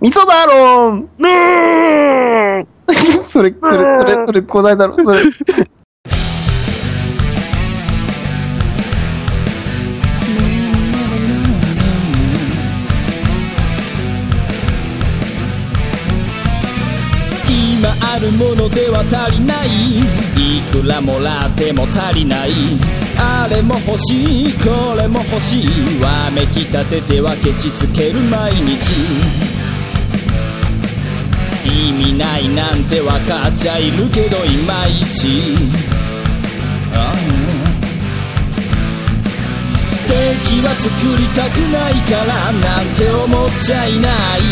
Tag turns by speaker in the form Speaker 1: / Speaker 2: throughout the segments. Speaker 1: 味噌だろん
Speaker 2: ね
Speaker 1: それ、それ、それ、それ、こないだろ、 それ。
Speaker 3: 今あるものでは足りないいくらもらっても足りないあれも欲しいこれも欲しいわめきたててはケチつける毎日意味ないなんてわかっちゃいるけどいまいちああ敵は作りたくないからなんて思っちゃいない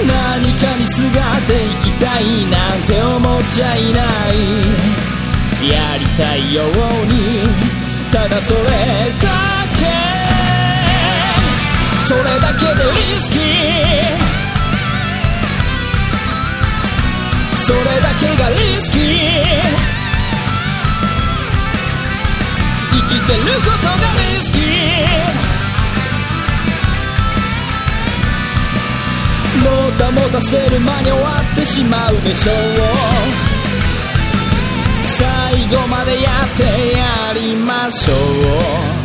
Speaker 3: 何かにすがっていきたいなんて思っちゃいないやりたいようにただそれだけそれだけでリスキーそれだけがリスキー生きてることがリスキーもたもたしてる間に終わってしまうでしょう最後までやってやりましょう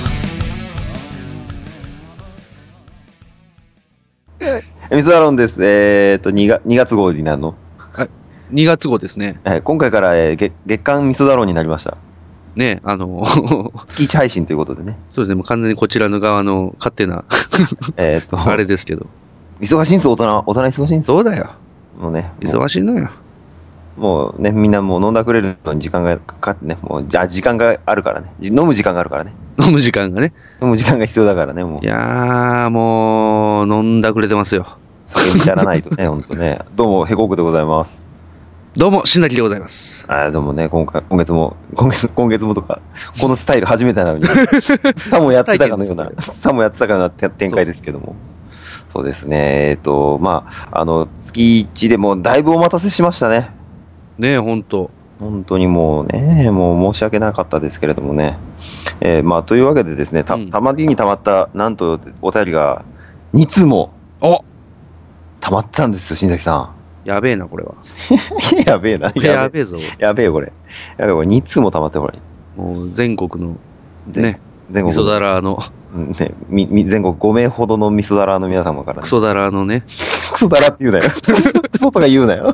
Speaker 1: 味噌だろんです。えーっと、2月 ,2 月号になるの。
Speaker 4: 2月号ですね。
Speaker 1: はい、今回から、えー月月間味噌だろんになりました。
Speaker 4: ね、あの、
Speaker 1: 月1配信ということでね。
Speaker 4: そうですね、もう完全にこちらの側の勝手 な、
Speaker 1: えーっと、
Speaker 4: あれですけど。
Speaker 1: 忙しいんです、大人。大人忙しいんです。
Speaker 4: そうだよ。
Speaker 1: もうね。も
Speaker 4: 忙しいのよ。
Speaker 1: うもうね、みんなもう飲んだくれるのに時間がかかってね。もう、じゃあ時間があるからね。じ飲む時間があるからね。
Speaker 4: 飲む時間がね。
Speaker 1: 飲む時間が必要だからね、もう
Speaker 4: い。やー、もう、飲んだくれてますよ。
Speaker 1: 酒に至らないとね、ほんとね。どうも、へこくでございます。
Speaker 4: どうも、しなきでございます。
Speaker 1: あーどうもね、今回、今月も、今月、今月もと か、このスタイル初めてなのに、さもやってたかのよう
Speaker 4: 初体験
Speaker 1: な、
Speaker 4: です
Speaker 1: さもやってたかのような展開ですけども。そうですね、えっ、と、まあ、あの、月1でもうだいぶお待たせしましたね。
Speaker 4: ねえ、ほんと。
Speaker 1: 本当にもうね、もう申し訳なかったですけれどもね。えーまあ、というわけでですね、た、
Speaker 4: うん
Speaker 1: たまりにたまった、なんと、お便りが、2通も
Speaker 4: お
Speaker 1: たまってたんですよ、新崎 さ
Speaker 4: やべえな、これは。
Speaker 1: ん。やべえな、
Speaker 4: これやべえぞ。
Speaker 1: やべえよ、これ。やべえ、これ、2通も溜まって、これ。
Speaker 4: もう、全国の、
Speaker 1: ぜ
Speaker 4: ね、
Speaker 1: 全
Speaker 4: 味
Speaker 1: 国
Speaker 4: 噌だらの、
Speaker 1: うんねみみ全国5名ほどの味噌だらの皆様から、
Speaker 4: ク
Speaker 1: ね。
Speaker 4: ソだらのね、
Speaker 1: クソだらって言うなよ。クソとか言うな よ。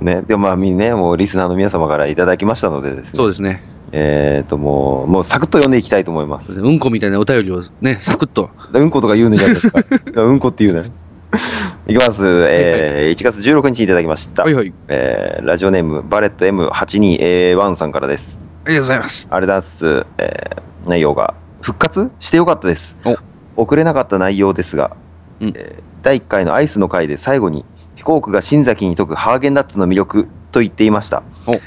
Speaker 1: ね、でもまあ、みね、もうリスナーの皆様からいただきましたのでですね。
Speaker 4: そうですね。
Speaker 1: えっ、と、もう、もうサクッと読んでいきたいと思います。
Speaker 4: うんこみたいなお便りをね、サクッと。
Speaker 1: うんことか言うのじゃないですか。うんこって言うなよ。いきます。えー、1月16日いただきました。
Speaker 4: はいはい。
Speaker 1: えー、ラジオネーム、バレット M82A1 さんからです。
Speaker 4: ありがとうございます。
Speaker 1: あれだっす、えー内容が、復活してよかったです
Speaker 4: お。
Speaker 1: 遅れなかった内容ですが、
Speaker 4: うん
Speaker 1: えー第1回のアイスの回で最後に、飛行機が新崎に解くハーゲンダッツの魅力と言っていました
Speaker 4: お。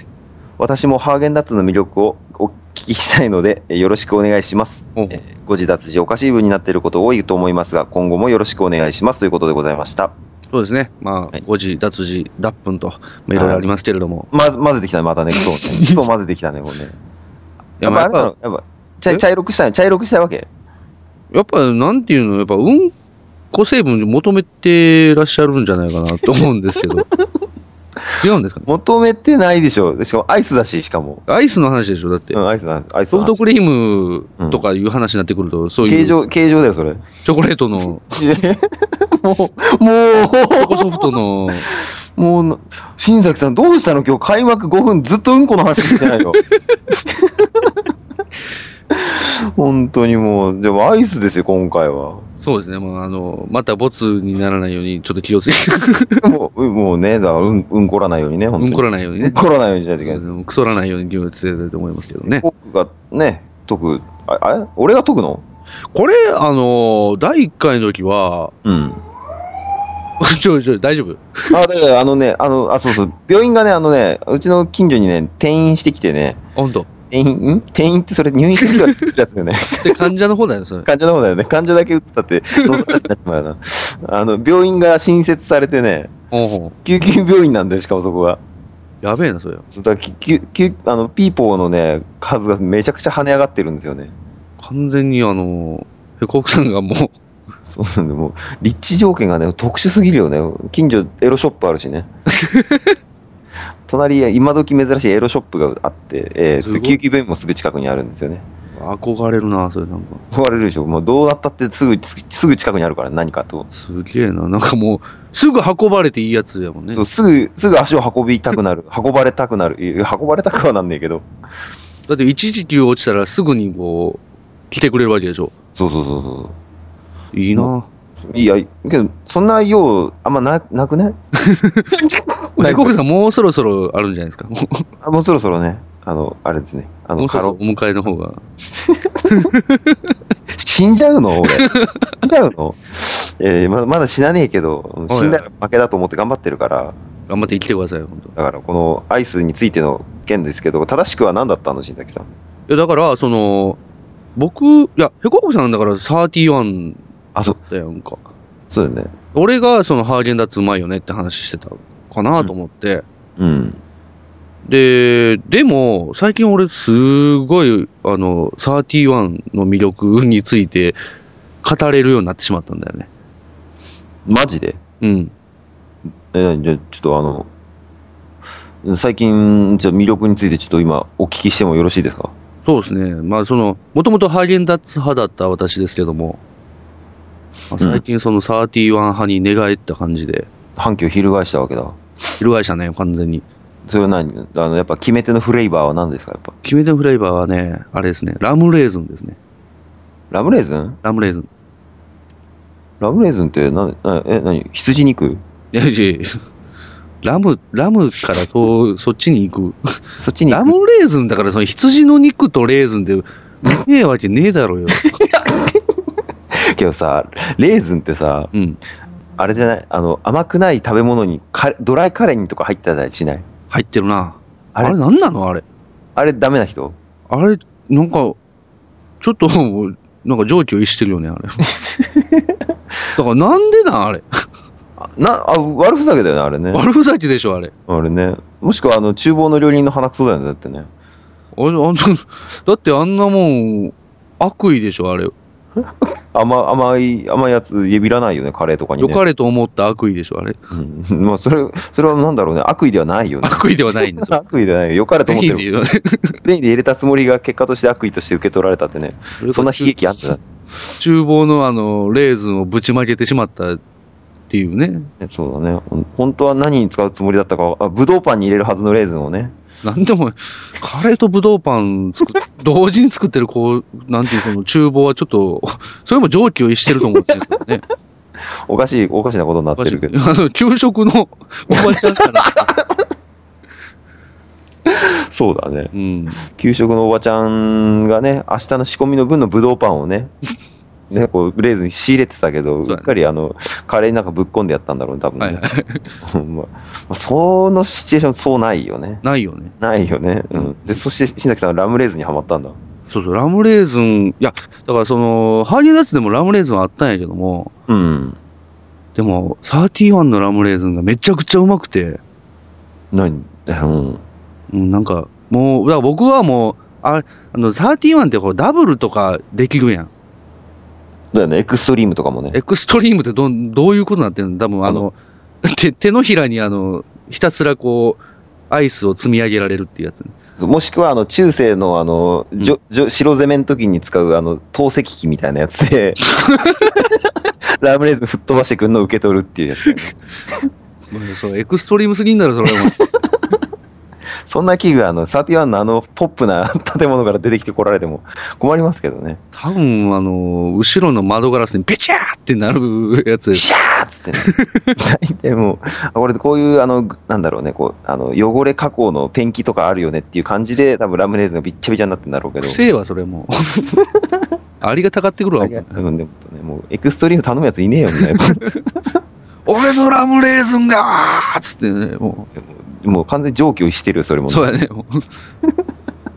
Speaker 1: 私もハーゲンダッツの魅力をお聞きしたいので、 えーよろしくお願いします。
Speaker 4: お
Speaker 1: えー誤字脱字おかしい文になっていること多いと思いますが、今後もよろしくお願いしますということでございました。
Speaker 4: そうですね。まあ、
Speaker 1: はい
Speaker 4: 5時、脱字、脱粉と、まあ、いろいろありますけれども。
Speaker 1: ま、混ぜてきたね、またね。 そうね。そう混ぜてきたね、これね。
Speaker 4: い
Speaker 1: やっ
Speaker 4: ま
Speaker 1: ぱ
Speaker 4: あ
Speaker 1: あれだろ、やっぱ、茶茶色くしたい、茶色くしたいわけ
Speaker 4: やっぱ、なんていうの、やっぱ、うんこ成分求めてらっしゃるんじゃないかなと思うんです けど。違うんですかね
Speaker 1: 求めてないでしょ。しかもアイスだし、しかも。
Speaker 4: アイスの話でしょだって
Speaker 1: う。ん、アイスだ、アイス
Speaker 4: ソ
Speaker 1: だ
Speaker 4: フトクリームとかいう話になってくると、そうい
Speaker 1: 形
Speaker 4: うチ
Speaker 1: 状、形状だよ、 それ。
Speaker 4: ョコレートの、
Speaker 1: もう、も
Speaker 4: チョコソフトの、
Speaker 1: う、もうな、新崎さんどうしたの今日開幕5分ずっとうんこの話してない よ。本当にもう、でもアイスですよ、今回は。
Speaker 4: そうですね、まあ、あの、またボツにならないように、ちょっと気をつ けて、
Speaker 1: もう、もうね、だからうん、うんこらないようにね、本当
Speaker 4: うん
Speaker 1: に。
Speaker 4: こらないように
Speaker 1: うん
Speaker 4: ね。
Speaker 1: こらないようにしないといけ
Speaker 4: そう
Speaker 1: な
Speaker 4: で
Speaker 1: い。
Speaker 4: すねくそらないように気をつけたいと思いますけどね。
Speaker 1: 僕がね、解く、ああれ俺が解くの
Speaker 4: これ、あの、第1回の時は、
Speaker 1: うん。
Speaker 4: ちょいちょい、大丈夫
Speaker 1: あ、だからあのね、あの、あ、そうそう、病院がね、あのね、うちの近所にね、転院してきてね、
Speaker 4: 本当。
Speaker 1: 転院、ん転院ってそれ入院してきたってやつだよね。
Speaker 4: で、患者の方だよ、それ。
Speaker 1: 患者の方だよね。患者だけ打ったって、その話になっちまうな。 あの、病院が新設されてね、
Speaker 4: ほうほ
Speaker 1: 救急病院なんだよ、しかもそこが。
Speaker 4: うやべえな、それ。
Speaker 1: そうだから、救救、あの、ピーポーのね、数がめちゃくちゃ跳ね上がってるんですよね。
Speaker 4: 完全に、あの、ヘコークさんがもう、
Speaker 1: そうなんで、もう、立地条件がね、特殊すぎるよね。近所、エロショップあるし ね。隣、今時珍しいエロショップがあって、え
Speaker 4: すご
Speaker 1: ー、
Speaker 4: い
Speaker 1: 救急病院もすぐ近くにあるんですよね。
Speaker 4: 憧れるな、それなんか。
Speaker 1: 壊れるでしょ。もうどうなったってすぐ、すすぐ近くにあるから、何かと。
Speaker 4: すげえな。なんかもう、すぐ運ばれていいやつやもんね
Speaker 1: そ。うすぐ、すぐ足を運びたくなる。 運ばれたくなる。いや運ばれたくはなんねえけど。
Speaker 4: だって119落ちたらすぐにこう、来てくれるわけでしょ。
Speaker 1: そうそうそうそう。
Speaker 4: いいな。
Speaker 1: いや、けど、そんなよう、あんまななく ねない
Speaker 4: 猫部さんもうそろそろあるんじゃないですか。も
Speaker 1: あもうそろそろね、あの、あれですね。あ
Speaker 4: う、も
Speaker 1: の、
Speaker 4: う
Speaker 1: カ
Speaker 4: そろそろ
Speaker 1: ロ
Speaker 4: お、迎えの方が。
Speaker 1: 死んじゃう の俺。死んじゃうのえーまだまだ死なねえけど、死んだら負けだと思って頑張ってるから、
Speaker 4: 頑張って生きてください、本当。い
Speaker 1: だからこのアイスについての件ですけど、正しくは何だったの、新崎さん。
Speaker 4: や、だから、その、僕、いや、ヘココさんだから31
Speaker 1: あ、そう、
Speaker 4: だよ、なんか。
Speaker 1: そうだよね。
Speaker 4: 俺がそのハーゲンダッツうまいよねって話してたかなと思って。
Speaker 1: うん。
Speaker 4: で、でも、最近俺すごい、あの、31の魅力について語れるようになってしまったんだよね。
Speaker 1: マジで
Speaker 4: うん。
Speaker 1: えーじゃあちょっとあの、最近、じゃあ魅力についてちょっと今、お聞きしてもよろしいですか
Speaker 4: そうですね。まあ、その、もともとハーゲンダッツ派だった私ですけども、まあ
Speaker 1: うん
Speaker 4: 最近その31派に寝返った感じで、
Speaker 1: 反旗を翻したわけだ。
Speaker 4: 翻したね、完全に。
Speaker 1: それは何あの、やっぱ決め手のフレーバーは何ですかやっぱ。
Speaker 4: 決め手のフレーバーはね、あれですね、ラムレーズンですね。
Speaker 1: ラムレーズン
Speaker 4: ラムレーズン。
Speaker 1: ラムレーズンって何、なえ、何羊肉
Speaker 4: いやいやいやラム、ラムからそう、そっちに 行く。
Speaker 1: そっちに
Speaker 4: ラムレーズンだからその羊の肉とレーズンで、ねえわけねえだろうよ。
Speaker 1: けどさ、レーズンってさ、
Speaker 4: うん。
Speaker 1: あれじゃないあの、甘くない食べ物にカレ、ドライカレーにとか入ってたりしない
Speaker 4: 入ってるな。
Speaker 1: あ
Speaker 4: あ
Speaker 1: れ
Speaker 4: れなんなのあれ。
Speaker 1: あれダメな人
Speaker 4: あれ、なんか、ちょっと、もうなんか常軌を逸してるよね、あ れ。だからなんでなん、あれ。
Speaker 1: あな、あ、悪ふざけだよね、あれね。
Speaker 4: 悪ふざけでしょ、あれ。
Speaker 1: あれね。もしくは、あの、厨房の料理人の鼻くそだよね、だってね。
Speaker 4: あれ、あの、だってあんなもん、悪意でしょ、あれ。
Speaker 1: 甘、甘い、甘いやつ、指いらないよね、カレーとかに
Speaker 4: 良
Speaker 1: ね。
Speaker 4: かれと思った悪意でしょ、あれ。
Speaker 1: うん、まあ、それ、それはなんだろうね、悪意ではないよね。
Speaker 4: 悪意ではないんですよ。
Speaker 1: 悪意ではないよ。良かれと思って
Speaker 4: 善意
Speaker 1: る
Speaker 4: で。言うね
Speaker 1: 全員で入れたつもりが結果として悪意として受け取られたってね、そんな悲劇あ った、ね、
Speaker 4: 厨房のあの、レーズンをぶちまけてしまったっていうね。
Speaker 1: そうだね、ほん本当は何に使うつもりだったか、あぶどうパンに入れるはずのレーズンをね、
Speaker 4: なんでも、カレーとブドウパン作っ、同時に作ってる、こう、なんていう、この厨房はちょっと、それも常軌を逸してると思ってるから ね。
Speaker 1: おかしい、おかしなことにな
Speaker 4: お
Speaker 1: って
Speaker 4: かしい
Speaker 1: るけど、
Speaker 4: あの、給食のおばちゃんから。
Speaker 1: そうだね、
Speaker 4: うん。
Speaker 1: 給食のおばちゃんがね、明日の仕込みの分のぶどうパンを ね、ねこうレーズンに仕入れてたけど、
Speaker 4: そうだ
Speaker 1: うっ
Speaker 4: ね
Speaker 1: かりあのカレーになんかぶっこんでやったんだろうね、多分ね、
Speaker 4: はいはい。
Speaker 1: ほ んままあそのシチュエーション、そうないよね。
Speaker 4: ないよね。
Speaker 1: ないよね、う
Speaker 4: うん
Speaker 1: ん、でそして新崎さんはラムレーズンにはまったんだ、
Speaker 4: そうそう、ラムレーズン、いや、だからその、ハーゲンダッツでもラムレーズンはあったんやけども、
Speaker 1: うん、
Speaker 4: でも、31のラムレーズンがめちゃくちゃうまくて、
Speaker 1: 何、うん、
Speaker 4: うん、なんか、もう、だから僕はもう、ああの、31ってこうダブルとかできるやん。
Speaker 1: だよね、エクストリームとかもね。
Speaker 4: エクストリームってどんどういうことになってるの多分あの、手手のひらにあの、ひたすらこう、アイスを積み上げられるっていうやつ、ね、
Speaker 1: もしくは、あの、中世の、あの、
Speaker 4: ん
Speaker 1: じょじょ白攻めの時に使う、あの、透析機みたいなやつで、ラムレーズン吹っ飛ばしてくんのを受け取るっていうやつ、ね。
Speaker 4: もうそれエクストリームすぎんだろ、それはもう。
Speaker 1: そんな器具、あの、31のあの、ポップな建物から出てきてこられても困りますけどね。
Speaker 4: 多分あの、後ろの窓ガラスにペチャーってなる やつです。
Speaker 1: あーっつってね。大体もう、あ、これこういう、あの、なんだろうね、こう、あの、汚れ加工のペンキとかあるよねっていう感じで、多分ラムレーズンがびっちゃびちゃになってんだろうけ
Speaker 4: く
Speaker 1: ど。
Speaker 4: せえわ、それもう。ありがたがってくるわ、
Speaker 1: ありがうんでもね、もう、エクストリーム頼むやついねえよ、みたいな。
Speaker 4: 俺のラムレーズンがーっつってね、も
Speaker 1: もう完全に常軌を逸してるよ、それも
Speaker 4: う。
Speaker 1: ね、
Speaker 4: そうやね、 もう。い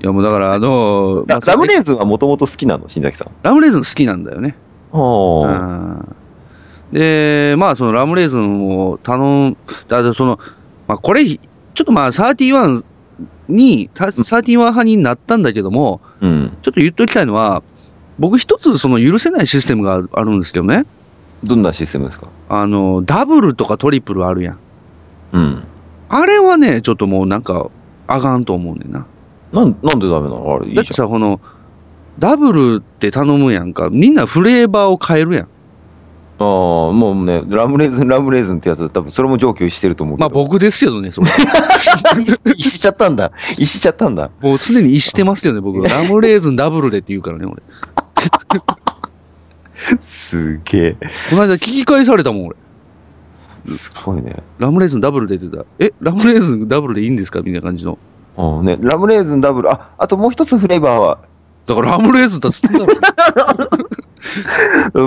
Speaker 4: や、もうだからあの、ま
Speaker 1: ラ
Speaker 4: あ
Speaker 1: ラムレーズンはもともと好きなの、新崎さん。
Speaker 4: ラムレーズン好きなんだよね。
Speaker 1: はあ。
Speaker 4: うんで、まあ、そのラムレーズンを頼んだからその、まあ、これ、ちょっとまあ、31に、た31派になったんだけども、
Speaker 1: うん。
Speaker 4: ちょっと言っときたいのは、僕一つその許せないシステムがあるんですけどね。
Speaker 1: どんなシステムですか
Speaker 4: あの、ダブルとかトリプルあるやん。
Speaker 1: うん。
Speaker 4: あれはね、ちょっともうなんか、あがんと思うねんな。
Speaker 1: なん、なんでダメなのあれ、いいじ
Speaker 4: だ
Speaker 1: ゃ
Speaker 4: って
Speaker 1: ん。
Speaker 4: さ、この、ダブルって頼むやんか。みんなフレーバーを変えるやん。
Speaker 1: ああ、もうね、ラムレーズン、ラムレーズンってやつ、多分それも上級してると思うけど。
Speaker 4: まあ 僕ですけどね、それ。
Speaker 1: 一しちゃったんだ。一しちゃったんだ。
Speaker 4: もうすでに逸してますけどね、僕。ラムレーズンダブルでって言うからね、俺。
Speaker 1: すげえ。
Speaker 4: この間聞き返されたもん、俺。
Speaker 1: すごいね。
Speaker 4: ラムレーズンダブルでって言ってた。え、ラムレーズンダブルでいいんですかみたいな感じの。
Speaker 1: ああね、ラムレーズンダブル。あ、あともう一つフレーバーは、
Speaker 4: だからラムレーズンだっつってんだろ。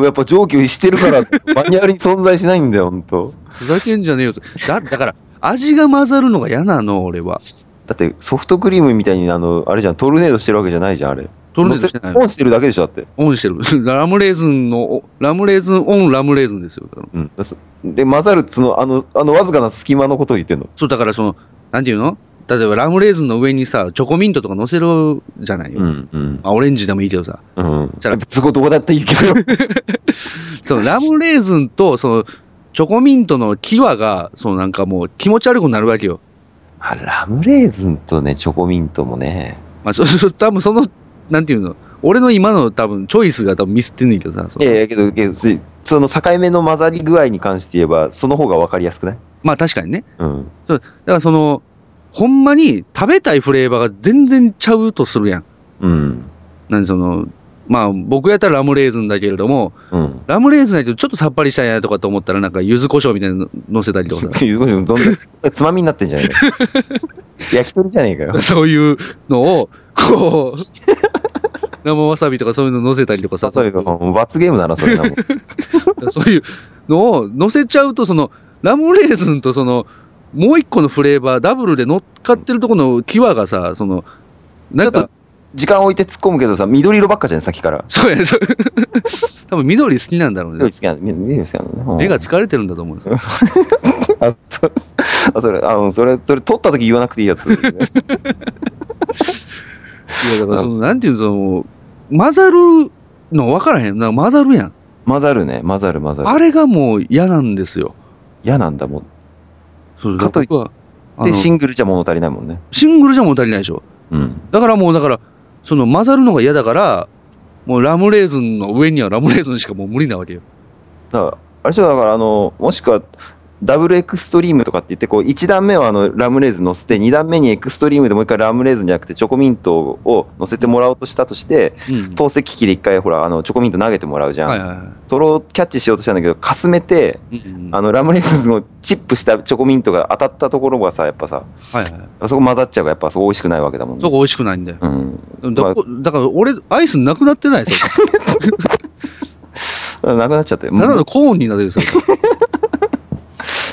Speaker 1: やっぱ上級してる から、マニュアルに存在しないんだよ、ほんと。
Speaker 4: ふざけんじゃねえよと。だ、だから、味が混ざるのが嫌なの、俺は。
Speaker 1: だってソフトクリームみたいに、あの、あれじゃん、トルネードしてるわけじゃないじゃん、あれ。
Speaker 4: トルネードしてない
Speaker 1: オンしてるだけでしょ、だって。
Speaker 4: オンしてる。ラムレーズンの、ラムレーズンオンラムレーズンですよ。だから
Speaker 1: うん。そで、混ざるっつうの、あの、あの、わずかな隙間のことを言ってんの。
Speaker 4: そう、だからその、なんていうの例えばラムレーズンの上にさ、チョコミントとか乗せるじゃないよ。
Speaker 1: うん、うん。
Speaker 4: まあ、オレンジでもいいけどさ。
Speaker 1: うん。
Speaker 4: じゃあ
Speaker 1: そこどこだっていいけど。
Speaker 4: そのラムレーズンと、その、チョコミントの際が、そのなんかもう気持ち悪くなるわけよ。
Speaker 1: あ、ラムレーズンとね、チョコミントもね。
Speaker 4: まあ、そ、そ、多分その、なんていうの俺の今の多分、チョイスが多分ミスってんねんけどさ。そ
Speaker 1: い
Speaker 4: の
Speaker 1: やいや、けど、けどそその境目の混ざり具合に関して言えば、その方がわかりやすくない
Speaker 4: まあ確かにね。
Speaker 1: うん。
Speaker 4: そう、だからその、ほんまに食べたいフレーバーが全然ちゃうとするやん。
Speaker 1: うん。
Speaker 4: なんでその、まあ僕やったらラムレーズンだけれども、
Speaker 1: うん。。
Speaker 4: ラムレーズンだけどちょっとさっぱりしたいなとかと思ったらなんか柚子胡椒みたいなの乗せたりとかさ
Speaker 1: ゆずこしょうどんな、つまみになってんじゃねえかよ。 焼き鳥じゃねえかよ。
Speaker 4: そういうのを、こう、 生わさびとかそういうの乗せたりとかさ。
Speaker 1: そういう
Speaker 4: そ
Speaker 1: の、罰ゲームだな、それな もん。
Speaker 4: ういうのを乗せちゃうと、その、ラムレーズンとその、もう一個のフレーバー、ダブルで乗っかってるとこの際がさ、その、な
Speaker 1: ち
Speaker 4: ん
Speaker 1: ょっ
Speaker 4: か
Speaker 1: と、時間置いて突っ込むけどさ、緑色ばっかじゃん、さっきから。
Speaker 4: そうや、そう。 多分緑好きなんだろう
Speaker 1: 緑
Speaker 4: ね
Speaker 1: 好。きなの、緑好きなのねうん
Speaker 4: 目が疲れてるんだと思う んですよ。
Speaker 1: あ、そうあそれ、あの、それ、それ、取った時言わなくていいやつ。
Speaker 4: いや、だからその、なんていうの、その混ざるの分からへん。なんか混ざるやん。
Speaker 1: 混ざるね、混ざる混ざ
Speaker 4: あ
Speaker 1: る。
Speaker 4: れがもう嫌なんですよ。
Speaker 1: 嫌なんだもん。
Speaker 4: そう
Speaker 1: かといって
Speaker 4: 僕はあ
Speaker 1: で、
Speaker 4: の
Speaker 1: シングルじゃ物足りないもんね。
Speaker 4: シングルじゃ物足りないでしょ。
Speaker 1: うん。
Speaker 4: だからもう、だから、その混ざるのが嫌だから、もうラムレーズンの上にはラムレーズンしかもう無理なわけよ。
Speaker 1: だから、あれでしょ、だから、あの、もしくは、ダブルエクストリームとかって言って、こう、1段目はあの、ラムレーズン乗せて、2段目にエクストリームでもう一回ラムレーズンじゃなくて、チョコミントを乗せてもらおうとしたとして、
Speaker 4: うん。
Speaker 1: 透析機器で一回、ほら、あの、チョコミント投げてもらうじゃん。
Speaker 4: はいはいは
Speaker 1: それをキャッチしようとしたんだけど、かすめて、
Speaker 4: い。うんうん
Speaker 1: あの、ラムレーズンのチップしたチョコミントが当たったところがさ、やっぱさ、
Speaker 4: はいはい。
Speaker 1: あそこ混ざっちゃうから、やっぱそこ美味しくないわけだもん
Speaker 4: そ
Speaker 1: ね。
Speaker 4: こ美味しくないんだよ。
Speaker 1: うん。ま
Speaker 4: だこだから俺、アイスなくなってな いですよ。
Speaker 1: あ、なくなっちゃって。
Speaker 4: ただのコーンになってるんですよ。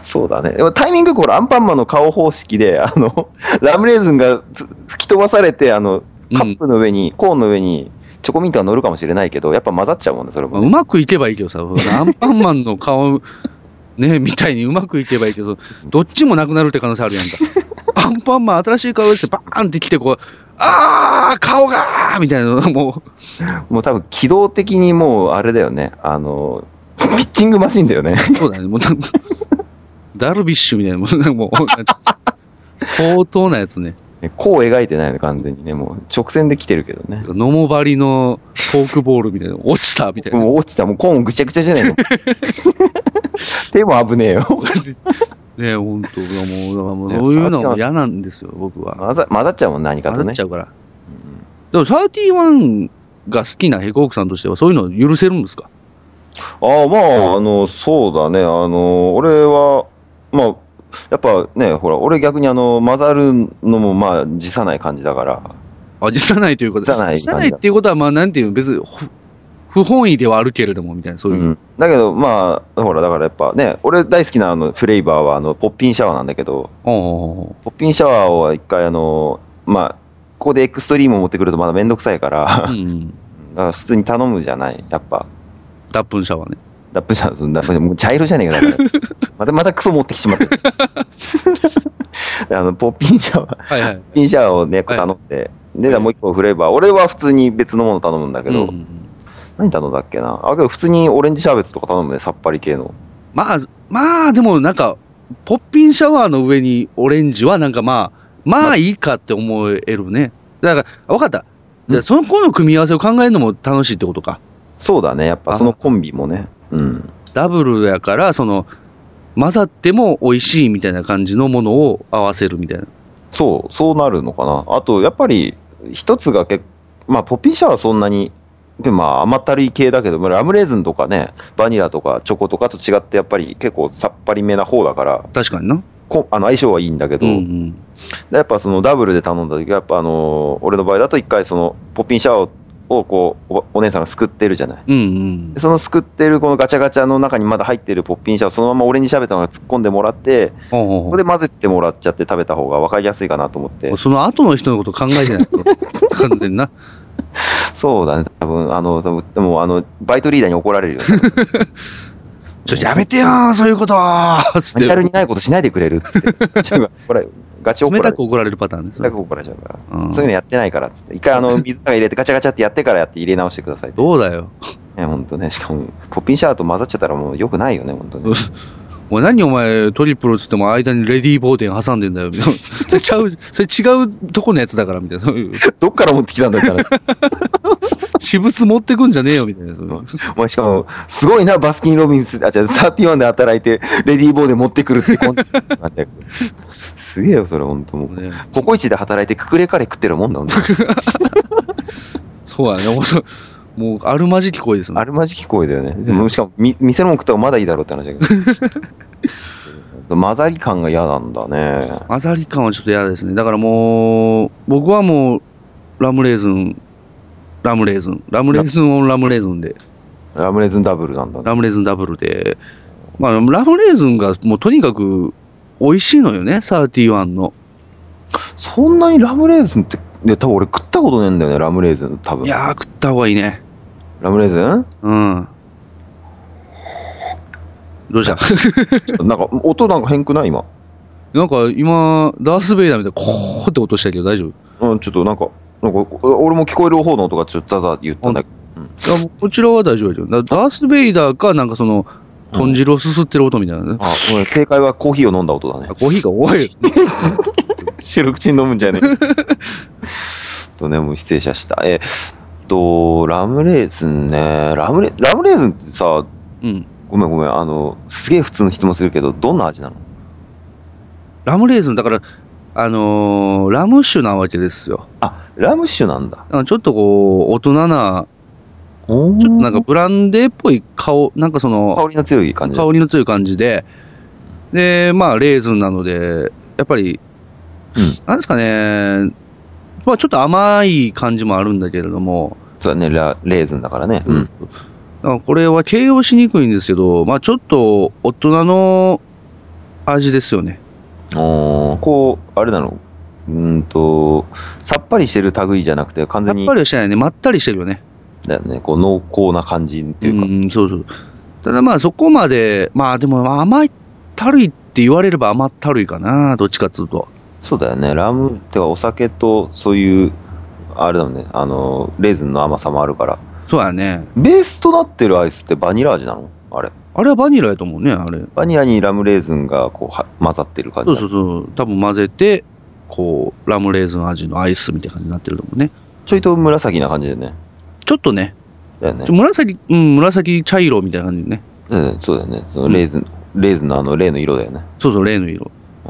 Speaker 1: そうだね。でもタイミングよくほら、アンパンマンの顔方式で、あの、 ラムレーズンがつ吹き飛ばされて、あの、
Speaker 4: うん
Speaker 1: カップの上に、コーンの上に、チョコミントが乗るかもしれないけど、やっぱ混ざっちゃうもんね、それ
Speaker 4: まあ
Speaker 1: も
Speaker 4: う
Speaker 1: ね、
Speaker 4: まくいけばいいけどさ、アンパンマンの顔、ね、みたいにうまくいけばいいけど、どっちもなくなるって可能性あるやんか。アンパンマン新しい顔してバーンって来てこう、あー顔がーみたいなのもう、
Speaker 1: もう多分、機動的にもう、あれだよね。あの、ピッチングマシンだよね。
Speaker 4: そうだね、もう、ダルビッシュみたいなもう、もう、相当なやつね。
Speaker 1: こう描いてないの、完全にね。もう、直線で来てるけどね。
Speaker 4: ノモバリのフォークボールみたいな、落ちたみたいな。
Speaker 1: もう落ちた、もうコーンぐちゃぐちゃじゃ ないの。手も危ねえよ。
Speaker 4: ね本当もう、だからもうそういうのはもう嫌なんですよ、僕は。
Speaker 1: 混ざ混ざっちゃうもん、何かと
Speaker 4: 混ざ
Speaker 1: ね
Speaker 4: っち。ゃうから。でも、31が好きなヘコークさんとしては、そういうの許せるんですか
Speaker 1: ああ、まあ、あの、そうだね。あの、俺は、まあ、やっぱね、ほら、俺逆にあの、混ざるのもまあ、辞さない感じだから。
Speaker 4: あ、辞さないということ
Speaker 1: 辞さない
Speaker 4: 辞さないっていうことは、まあ、なんていうの、別に、ほ不本意ではあるけれども、みたいな、そういう。
Speaker 1: ん。だけど、まあ、ほら、だからやっぱね、俺大好きなあの、フレーバーはあの、ポッピンシャワーなんだけど、
Speaker 4: おー
Speaker 1: ポッピンシャワーを一回あの、まあ、ここでエクストリームを持ってくるとまだめんどくさいから、
Speaker 4: う
Speaker 1: だ
Speaker 4: ん。
Speaker 1: から普通に頼むじゃない、やっぱ。
Speaker 4: 脱粉シャワーね。
Speaker 1: ダップじゃん、そんな、それもう茶色じゃねえか、だから。また、またクソ持ってきてしまった。あの、ポッピンシャワー、
Speaker 4: はいはい。
Speaker 1: ピンシャワーをね、こう頼んで、で、もう一個フレーバー、俺は普通に別のもの頼むんだけど、
Speaker 4: うん
Speaker 1: 何頼んだっけな。あ、けど普通にオレンジシャーベットとか頼むね、さっぱり系の。
Speaker 4: まあ、まあ、でもなんか、ポッピンシャワーの上にオレンジはなんかまあ、まあいいかって思えるね。だから、わかった。じゃあ、その子の組み合わせを考えるのも楽しいってことか。
Speaker 1: そうだね、やっぱそのコンビもね。うん。
Speaker 4: ダブルやから、その、混ざっても美味しいみたいな感じのものを合わせるみたいな。
Speaker 1: そう、そうなるのかな。あと、やっぱり、一つが結まあ、ポピーシャはそんなに、でまあ、甘ったるい系だけど、まあラムレーズンとかね、バニラとかチョコとかと違って、やっぱり結構さっぱりめな方だから、
Speaker 4: 確かにな。
Speaker 1: こあの相性はいいんだけ
Speaker 4: う
Speaker 1: ど、
Speaker 4: んうん。
Speaker 1: でやっぱそのダブルで頼んだ時はやっぱあのー俺の場合だと一回そのポッピンシャワーをこうおお姉さんがすくってるじゃない
Speaker 4: うんうん
Speaker 1: で。そのすくってるこのガチャガチャの中にまだ入ってるポッピンシャワーそのまま俺に喋ったのが突っ込んでもらって
Speaker 4: ほうほうほ
Speaker 1: こ
Speaker 4: う
Speaker 1: こで混ぜてもらっちゃって食べた方が分かりやすいかなと思って
Speaker 4: その後の人のこと考えてな いと。完全にな。
Speaker 1: そうだね多分あの多分でもあのバイトリーダーに怒られるよ、 ね、
Speaker 4: ちょ、やめてよーそういうことーつっ
Speaker 1: メ
Speaker 4: て
Speaker 1: タルにないことしないでくれるっ つってちょっとこれガチ怒
Speaker 4: 冷
Speaker 1: られ
Speaker 4: た
Speaker 1: る
Speaker 4: く怒られるパターンです
Speaker 1: 冷
Speaker 4: ね
Speaker 1: たく。怒られちゃうから、
Speaker 4: うん
Speaker 1: そういうのやってないからっつって一回あ の水が入れてガチャガチャってやってからやって入れ直してくださいって
Speaker 4: どうだよ。
Speaker 1: ね、本当ね、しかも、ポッピンシャワーと混ざっちゃったらもう良くないよね、本当ね。
Speaker 4: お前何お前トリプルっつっても間にレディー・ボーデン挟んでんだよ。 それちゃう、それ違うとこのやつだからみたいな。そういう
Speaker 1: どっから持ってきたんだ から。
Speaker 4: 私物持ってくんじゃねえよみたいな。そういう
Speaker 1: お前しかも、すごいな、バスキン・ロビンス、あ、違う、サーティワンで働いて、レディーボーで持ってくるってこんなすげえよ、それ、本当もう。
Speaker 4: ね
Speaker 1: ココイチで働いて、くくれカレー食ってるもんだ、本当
Speaker 4: そうやね。もう そう、もうあるまじき声です
Speaker 1: あ
Speaker 4: ね。
Speaker 1: るまじき声だよね。でも、しかも、み店のも食った方がまだいいだろうって話だけ ど。混ざり感が嫌なんだね。
Speaker 4: 混ざり感はちょっと嫌ですね。だからもう、僕はもう、ラムレーズン、ラムレーズン、ラムレーズンオンラムレーズンで、
Speaker 1: ラムレズンダブルなんだね。
Speaker 4: ラムレーズンダブルで、まあ、ラムレーズンがもうとにかく美味しいのよね、31の。
Speaker 1: そんなにラムレーズンって、ね、多分俺食ったことねえんだよね、ラムレーズン、多分。
Speaker 4: いやー、食った方がいいね。
Speaker 1: ラムレーズン
Speaker 4: うん。どうした
Speaker 1: なんか、音なんか変くない今。
Speaker 4: なんか今、ダース・ベイダーみたいな、こーって音したけど大丈夫
Speaker 1: うん、ちょっとなんか、なんか、お俺も聞こえる方の音がちょっとザザ言ったんだけど。
Speaker 4: いやもうこちらは大丈夫だよ。だダース・ベイダーか、なんかその、豚汁をすすってる音みたいなね。
Speaker 1: あ、ごめん正解はコーヒーを飲んだ音だね
Speaker 4: あ。コーヒーが多 い。
Speaker 1: 収録中に飲むんじ ゃねえ。とね、もう失礼しました。えっと、ラムレーズンね、ラムレ、ラムレーズンってさ、
Speaker 4: うん。
Speaker 1: ごめんごめん、あの、すげえ普通の質問するけど、どんな味なの
Speaker 4: ラムレーズン、だから、あのーラム酒なわけですよ。
Speaker 1: あ、ラム酒なんだ。
Speaker 4: だからちょっとこう、大人な、
Speaker 1: おー
Speaker 4: ちょっとなんかブランデーっぽい顔、なんかその、
Speaker 1: 香りの強い感じ。
Speaker 4: 香りの強い感じで、で、まあ、レーズンなので、やっぱり、
Speaker 1: うん
Speaker 4: なんですかね、まあ、ちょっと甘い感じもあるんだけれども、
Speaker 1: そうだね、ラレーズンだからね。うん。
Speaker 4: あこれは形容しにくいんですけど、まあ、ちょっと大人の味ですよね。
Speaker 1: おーこう、あれなのうーんと、さっぱりしてる類じゃなくて、完
Speaker 4: やっ
Speaker 1: 全に
Speaker 4: ぱ、りはしてないね。まったりしてるよね。
Speaker 1: だよね、こう濃厚な感じって
Speaker 4: う
Speaker 1: いうか、
Speaker 4: ん、そうそう。ただまあそこまで、まあでも甘ったるいって言われれば甘ったるいかな。どっちかっつうと。
Speaker 1: そうだよね、ラムってはお酒とそういう、あれだもんね、あの、レーズンの甘さもあるから、
Speaker 4: そうやね。
Speaker 1: ベースとなってるアイスってバニラ味なのあれ。
Speaker 4: あれはバニラやと思うね、あれ。
Speaker 1: バニラにラムレーズンがこうは混ざってる感じ
Speaker 4: そ
Speaker 1: な
Speaker 4: う
Speaker 1: の。
Speaker 4: そうそう。多分混ぜて、こう、ラムレーズン味のアイスみたいな感じになってると思うね。
Speaker 1: ちょいと紫な感じでね。
Speaker 4: ちょっとね、
Speaker 1: だよね
Speaker 4: ちょ。紫、うん、紫茶色みたいな感じでね。
Speaker 1: うん、そうだよね。そのレーズン、レーズンのあの、レーの色だよね。
Speaker 4: そうそう、例の色。
Speaker 1: あ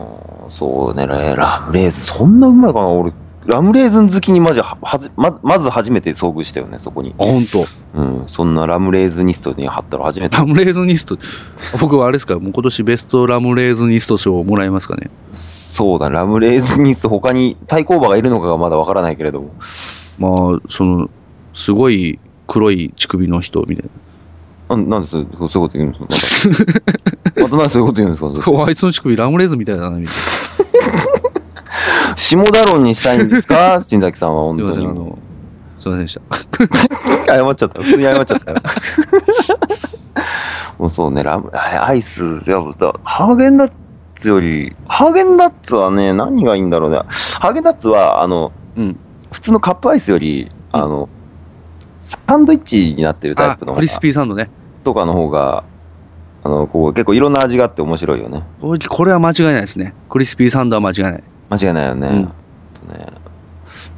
Speaker 1: ーそうね、ララムレーズン、そんなうまいかな、俺、ラムレーズン好きにマジははじままず初めて遭遇したよね、そこに。
Speaker 4: あ、ほんと。
Speaker 1: うん、そんなラムレーズニストに貼ったの初めて。
Speaker 4: ラムレーズニスト、僕はあれですか、もう今年ベストラムレーズニスト賞をもらえますかね。
Speaker 1: そうだ、ラムレーズニスト、他に対抗馬がいるのかがまだわからないけれども。
Speaker 4: まあ、その、すごい黒い乳首の人みたい
Speaker 1: なんなんでそうそうそういうこと言うんです かなんかまたなんでそういうこと言うんですか
Speaker 4: な。あ いつの乳首ラムレーズみたいだな、みたいな。
Speaker 1: 下だろにしたいんですか 新崎さんは本
Speaker 4: すい
Speaker 1: 当
Speaker 4: ません、あ
Speaker 1: に。
Speaker 4: の、すいませんでした。
Speaker 1: 謝っちゃった。普通に謝っちゃった。 もうそうね、ラム、あアイス、やっぱハーゲンダッツより、ハーゲンダッツはね、何がいいんだろうね。ハーゲンダッツは、あの、
Speaker 4: うん。
Speaker 1: 普通のカップアイスより、あの、サンドイッチになってるタイ
Speaker 4: あ
Speaker 1: プの、
Speaker 4: クリスピーサンドね。
Speaker 1: とかの方が、あの、こう、結構いろんな味があって面白いよね。
Speaker 4: これこれは間違いないですね。クリスピーサンドは間違いない。
Speaker 1: 間違いないよね。
Speaker 4: うん
Speaker 1: とね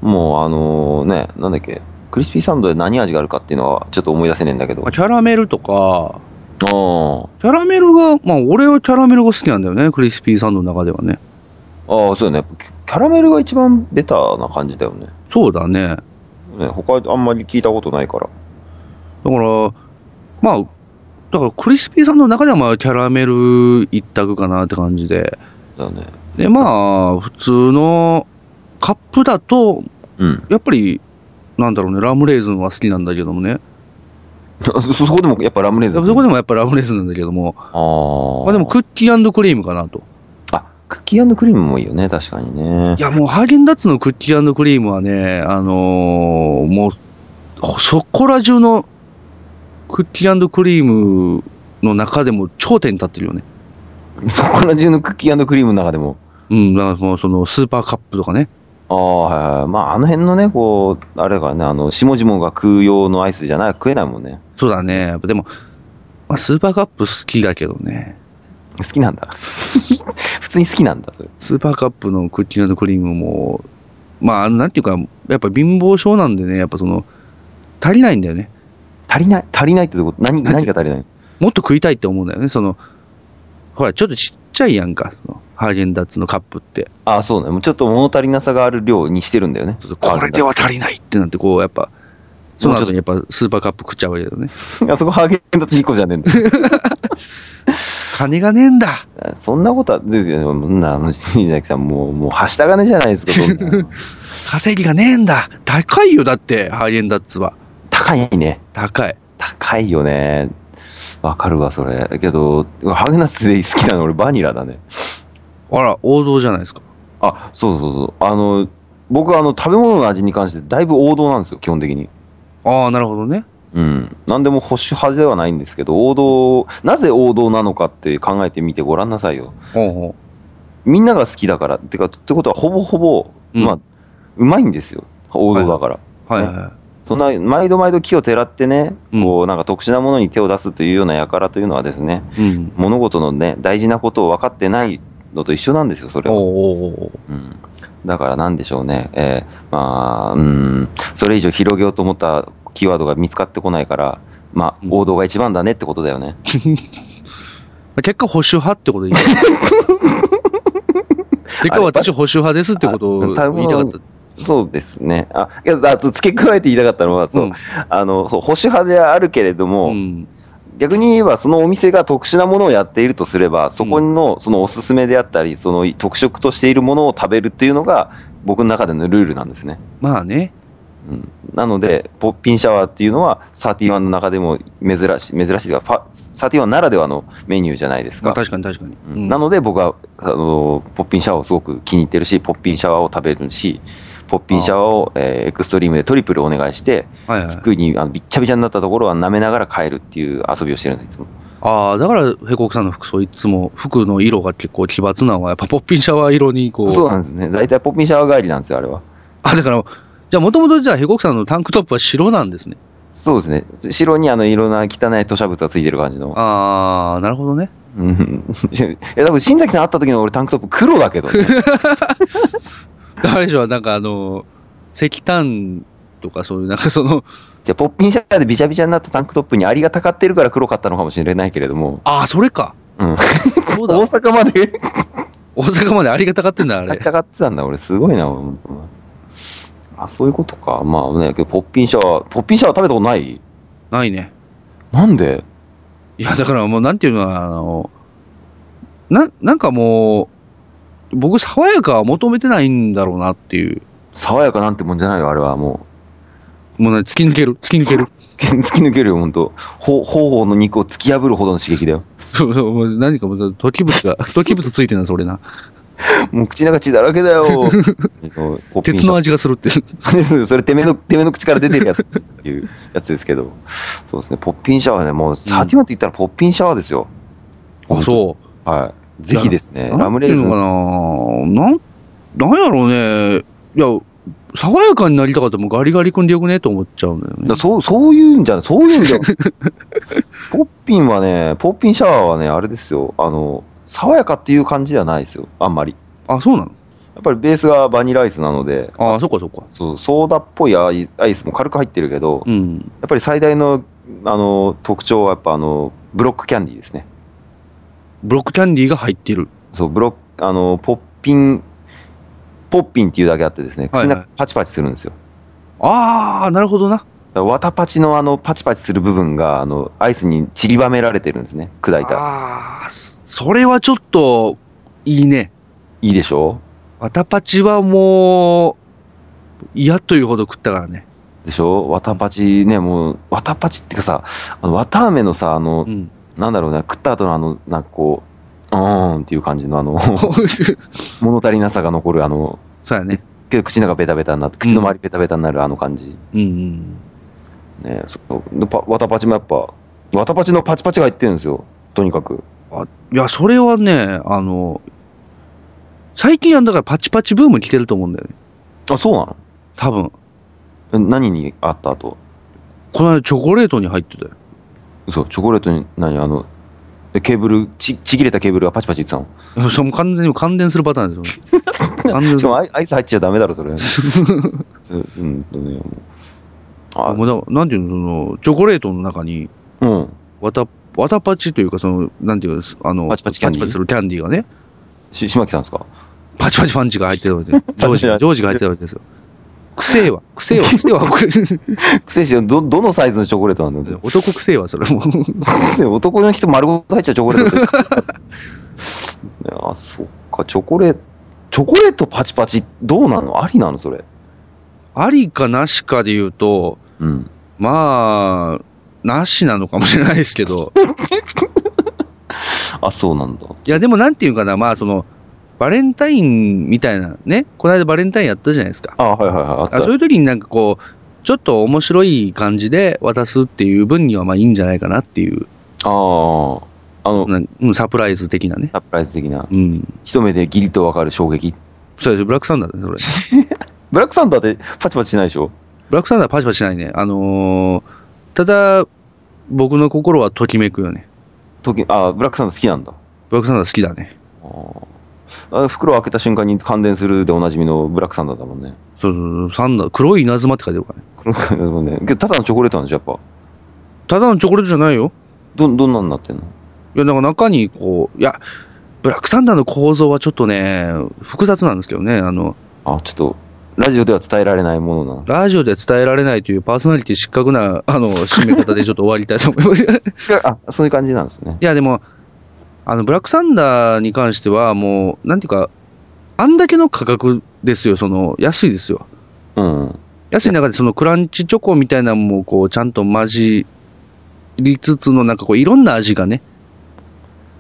Speaker 1: もう、あのね、なんだっけ、クリスピーサンドで何味があるかっていうのはちょっと思い出せねえんだけど。
Speaker 4: まあキャラメルとか、
Speaker 1: あ
Speaker 4: キャラメルが、まあ俺はキャラメルが好きなんだよね。クリスピーサンドの中ではね。
Speaker 1: ああ、そうだね。キキャラメルが一番ベターな感じだよね。
Speaker 4: そうだね。
Speaker 1: ね他あんまり聞いたことないから。
Speaker 4: だから、まあ、だからクリスピーサンドの中ではまあキャラメル一択かなって感じで。
Speaker 1: だよね。
Speaker 4: で、まあ、普通のカップだと、
Speaker 1: うん。
Speaker 4: やっぱり、なんだろうね、ラムレーズンは好きなんだけどもね。
Speaker 1: そそこでもやっぱラムレーズ
Speaker 4: やっ
Speaker 1: ン。
Speaker 4: ぱそこでもやっぱラムレーズンなんだけども。
Speaker 1: ああ。
Speaker 4: まあでもクッキークリームかなと。
Speaker 1: あ、クッキークリームもいいよね、確かにね
Speaker 4: い。や、もうハーゲンダッツのクッキークリームはね、あのーもう、そこら中のクッキークリームの中でも頂点に立ってるよね。
Speaker 1: そこら中のクッキークリームの中でも。
Speaker 4: うん、だからもうそのスーパーカップとかね。
Speaker 1: ああ、はいはい。まあ、あの辺のね、こう、あれだからね、あの、下々が食う用のアイスじゃない、食えないもんね。
Speaker 4: そうだね。やっぱでも、まあ、スーパーカップ好きだけどね。
Speaker 1: 好きなんだ。 普通に好きなんだ、それ。
Speaker 4: スーパーカップのクッキークリームも、まあ、あのなんていうか、やっぱ貧乏症なんでね、やっぱその、足りないんだよね。
Speaker 1: 足りない、足りないってこと何、何が足りない
Speaker 4: もっと食いたいって思うんだよね。その、ほら、ちょっとちっちゃいやんか、そのハーゲンダッツのカップって。
Speaker 1: ああ、そうね。もうちょっと物足りなさがある量にしてるんだよね。
Speaker 4: これで
Speaker 1: は。
Speaker 4: は足りないってなって、こう、やっぱ、その後にやっぱスーパーカップ食っちゃうわけだよね。
Speaker 1: あそこハーゲンダッツ2個じゃねえんだ。
Speaker 4: 金がねえんだ
Speaker 1: そんなことは、でそんな、あの、稲垣さん、もう、もう、はした金じゃないですか、そん な
Speaker 4: 稼ぎがねえんだ高いよ、だって、ハーゲンダッツは。
Speaker 1: 高いね。
Speaker 4: 高い。
Speaker 1: 高いよね。わかるわ、それ。けど、ハーゲンダッツで好きなの、俺、バニラだね。
Speaker 4: あら、王道じゃないですか。
Speaker 1: あ、そうそうそう。あの、僕は、あの、食べ物の味に関して、だいぶ王道なんですよ、基本的に。
Speaker 4: ああ、なるほどね。
Speaker 1: うん。なんでも保守派ではないんですけど、王道、なぜ王道なのかって考えてみてごらんなさいよ。
Speaker 4: ほうほ
Speaker 1: みんなが好きだから、ってか、ってことは、ほぼほぼ、
Speaker 4: うん
Speaker 1: まあ、うまいんですよ。王道だから。
Speaker 4: う。はいはい。
Speaker 1: そんな、毎度毎度木をてらってね、
Speaker 4: うん
Speaker 1: こう、なんか特殊なものに手を出すというような輩というのはですね、
Speaker 4: うん。
Speaker 1: 物事のね、大事なことを分かってないのと一緒なんですよ、それは。
Speaker 4: おうおうおう
Speaker 1: うん、だからなんでしょうね、えーまあ、うん、それ以上広げようと思ったキーワードが見つかってこないから、まあ
Speaker 4: う、ん
Speaker 1: 王道が一番だねってことだよね。
Speaker 4: 結果、保守派って ことでいい結果、私、保守派ですってことを言いたかった。
Speaker 1: そうですね。あ、いや、あと付け加えて言いたかったのは、そう、
Speaker 4: うん
Speaker 1: あの、そう、保守派であるけれども、
Speaker 4: うん。
Speaker 1: 逆に言えば、そのお店が特殊なものをやっているとすれば、そこの、そのおすすめであったり、その特色としているものを食べるっていうのが、僕の中でのルールなんですね。
Speaker 4: まあね。
Speaker 1: うんなので、ポッピンシャワーっていうのは、31の中でも珍しい、珍しいが、ファ31ならではのメニューじゃないです
Speaker 4: まあ
Speaker 1: か。
Speaker 4: 確かに確かに。
Speaker 1: う
Speaker 4: うんん
Speaker 1: なので、僕はあのポッピンシャワーをすごく気に入ってるし、ポッピンシャワーを食べるし、ポッピンシャワーをえーエクストリームでトリプルお願いして、
Speaker 4: はいはい。
Speaker 1: 服にあのびっちゃびちゃになったところは舐めながら帰るっていう遊びをしてるんですいつも
Speaker 4: ああ、だから、ヘコクさんの服装、いつも服の色が結構奇抜なのは、やっぱポッピンシャワー色にこう。
Speaker 1: そうなんですね。大体ポッピンシャワー帰りなんですよ、あれは。
Speaker 4: あ、だから、じゃあ、もともとじゃあ、ヘコクさんのタンクトップは白なんですね。
Speaker 1: そうですね。白にあの、いろんな汚い土砂物がついてる感じの。
Speaker 4: ああ、なるほどね。
Speaker 1: うん。 え、多分新崎さん会った時の俺タンクトップ黒だけどね、
Speaker 4: あれでしょ、なんかあの、石炭とかそういう、なんかその、
Speaker 1: じゃあ、ポッピンシャワーでびちゃびちゃになったタンクトップにアリがたかってるから黒かったのかもしれないけれども、
Speaker 4: ああ、それか。
Speaker 1: うん、
Speaker 4: そう だ
Speaker 1: 大。阪まで
Speaker 4: 大阪までありがたがってんだ、あ
Speaker 1: あり
Speaker 4: れ。
Speaker 1: たかってたんだ、俺、すごいな、うんあ、そういうことか。まあね、けどポッピンシャワー、ポッピンシャワー食べたことない
Speaker 4: ないね。
Speaker 1: なんで
Speaker 4: いや、だからもう、なんていうのは、あの、な、なんかもう、僕、爽やかは求めてないんだろうなっていう。
Speaker 1: 爽やかなんてもんじゃないよ、あれはも
Speaker 4: もうね、突き抜ける、突き 抜ける。
Speaker 1: う。突き抜けるよ、ほんと。ほ頬の肉を突き破るほどの刺激だよ。
Speaker 4: そうそう、もう何かもう、突起物 が、突起物ついてるんです、俺な。
Speaker 1: もう口の中血だらけだ よ。えっとポッピン
Speaker 4: 鉄
Speaker 1: シャ
Speaker 4: の
Speaker 1: ワー
Speaker 4: 味がするって。
Speaker 1: それ、てめえの、てめえの口から出てるやつっていうやつですけど、そうですね、ポッピンシャワーね、もう、サティマンって言ったらポッピンシャワーですよ。
Speaker 4: あ、そう。
Speaker 1: う。はい。ぜひですね、
Speaker 4: な
Speaker 1: ラ
Speaker 4: ん
Speaker 1: ム
Speaker 4: て
Speaker 1: レ
Speaker 4: い
Speaker 1: ー
Speaker 4: う
Speaker 1: ズ
Speaker 4: の
Speaker 1: ン、
Speaker 4: かななん、なんやろうね。いや、爽やかになりたかったらもうガリガリ君でよくねと思っちゃうのよね
Speaker 1: だ。そう、そういうんじゃない、そういうん じゃない。ポッピンはね、ポッピンシャワーはね、あれですよ、あの、爽やかっていう感じではないですよ、あんまり。
Speaker 4: あ、そうなの
Speaker 1: やっぱりベースがバニラアイスなので、
Speaker 4: あ、そっかそっか。
Speaker 1: そうソーダっぽいアイアイスも軽く入ってるけど、
Speaker 4: うん。
Speaker 1: やっぱり最大のあの特徴はやっぱあのブロックキャンディーですね。
Speaker 4: ブロックキャンディーが入ってる。
Speaker 1: そう、ブロック、あの、ポッピン、ポッピンっていうだけあってですね、口
Speaker 4: はい
Speaker 1: の
Speaker 4: はい
Speaker 1: 中パチパチするんですよ。
Speaker 4: あー、なるほどな。
Speaker 1: だから綿パチのあのパチパチする部分があのアイスに散りばめられてるんですね、砕いた。
Speaker 4: あー、そそれはちょっと、いいね。
Speaker 1: いいでしょ
Speaker 4: わたパチはもう、嫌というほど食ったからね。
Speaker 1: うでしょ綿パチね、もう、綿パチっていうかさ、あの綿あめのさ、あの
Speaker 4: う、ん。
Speaker 1: なんだろうね、食った後のあの、なんかこう、うーんっていう感じのあ の、
Speaker 4: そう
Speaker 1: 物足りなさが残るあの、
Speaker 4: やね。
Speaker 1: けど口の中ベタベタになって、口の周りベタベタになるあの感じ。
Speaker 4: うんうん。
Speaker 1: ね、そうでパワタパチもやっぱ、ワタパチのパチパチが入ってるんですよ、とにかく。
Speaker 4: いや、それはね、あの、最近はだからパチパチブーム来てると思うんだよね。
Speaker 1: あ、そうなの
Speaker 4: 多分。
Speaker 1: え何にあった後
Speaker 4: この間チョコレートに入ってたよ。
Speaker 1: そう、チョコレートに、何、あの、えケーブル、ち、ちぎれたケーブルがパチパチいってたの。
Speaker 4: それもう完全に感電するパターンですよ ね。完電
Speaker 1: しか
Speaker 4: する
Speaker 1: もアイアイス入っちゃダメだろ、それ。 うんうんとね、もう。あ、
Speaker 4: もうだなんていうの、その、チョコレートの中に、
Speaker 1: うん。
Speaker 4: わた、わたパチというか、その、なんていうんです、あの、
Speaker 1: パチパチキャンディー
Speaker 4: するキャンディーがね、
Speaker 1: し、島木さんですか
Speaker 4: パチパチパンチが入ってるわ けですよ。ジョージが、ジョージが入ってるわけですよ。くせえわ、くせえわ、くせえわ、これ
Speaker 1: くせえし、ど、どのサイズのチョコレートなんだよ。
Speaker 4: 男くせえわ、それもう。
Speaker 1: ね男の人丸ごと入っちゃうチョコレート って。ねあ、そっか、チョコレート、チョコレートパチパチ、どうなのありなのそれ。
Speaker 4: ありかなしかで言うと、
Speaker 1: うん。
Speaker 4: まあ、なしなのかもしれないですけど、
Speaker 1: あ、そうなんだ。
Speaker 4: いや、でもなんていうかな、まあ、その、バレンタインみたいな、ね、この間バレンタインやったじゃないですか。
Speaker 1: あ、はいはいはい。あった
Speaker 4: あそういう時になんかこう、ちょっと面白い感じで渡すっていう分にはまあいいんじゃないかなっていう、
Speaker 1: あーあの、
Speaker 4: なんうん、サプライズ的なね。
Speaker 1: サプライズ的な。
Speaker 4: うん。
Speaker 1: 一目でギリとわかる衝撃。
Speaker 4: そうですブラックサンダーだね、それ。
Speaker 1: ブラックサンダーってパチパチしないでしょ
Speaker 4: ブラックサンダーパチパチしないね。あのーただ、僕の心はときめくよね。
Speaker 1: 時あーブラックサンダー好きなんだ。
Speaker 4: ブラックサンダー好きだね。
Speaker 1: あーあ袋を開けた瞬間に感電するでおなじみのブラックサンダーだもんね。
Speaker 4: そうそうそう、サンダー、黒い稲妻って書いてるからね。
Speaker 1: 黒くもね。けどただのチョコレートなんでしょやっぱ。
Speaker 4: ただのチョコレートじゃないよ。
Speaker 1: ど、どんなんなってんの
Speaker 4: いや、なんか中にこう、いや、ブラックサンダーの構造はちょっとね、複雑なんですけどね、あの、
Speaker 1: あ、ちょっと、ラジオでは伝えられないものなの。
Speaker 4: ラジオでは伝えられないというパーソナリティ失格な、あの、締め方でちょっと終わりたいと思います。い
Speaker 1: あ、そういう感じなんですね。
Speaker 4: や、でも、あの、ブラックサンダーに関しては、もう、なんていうか、あんだけの価格ですよ、その、安いですよ。
Speaker 1: うん。
Speaker 4: 安い中で、そのクランチチョコみたいなのも、こう、ちゃんと混じりつつの、なんかこう、いろんな味がね、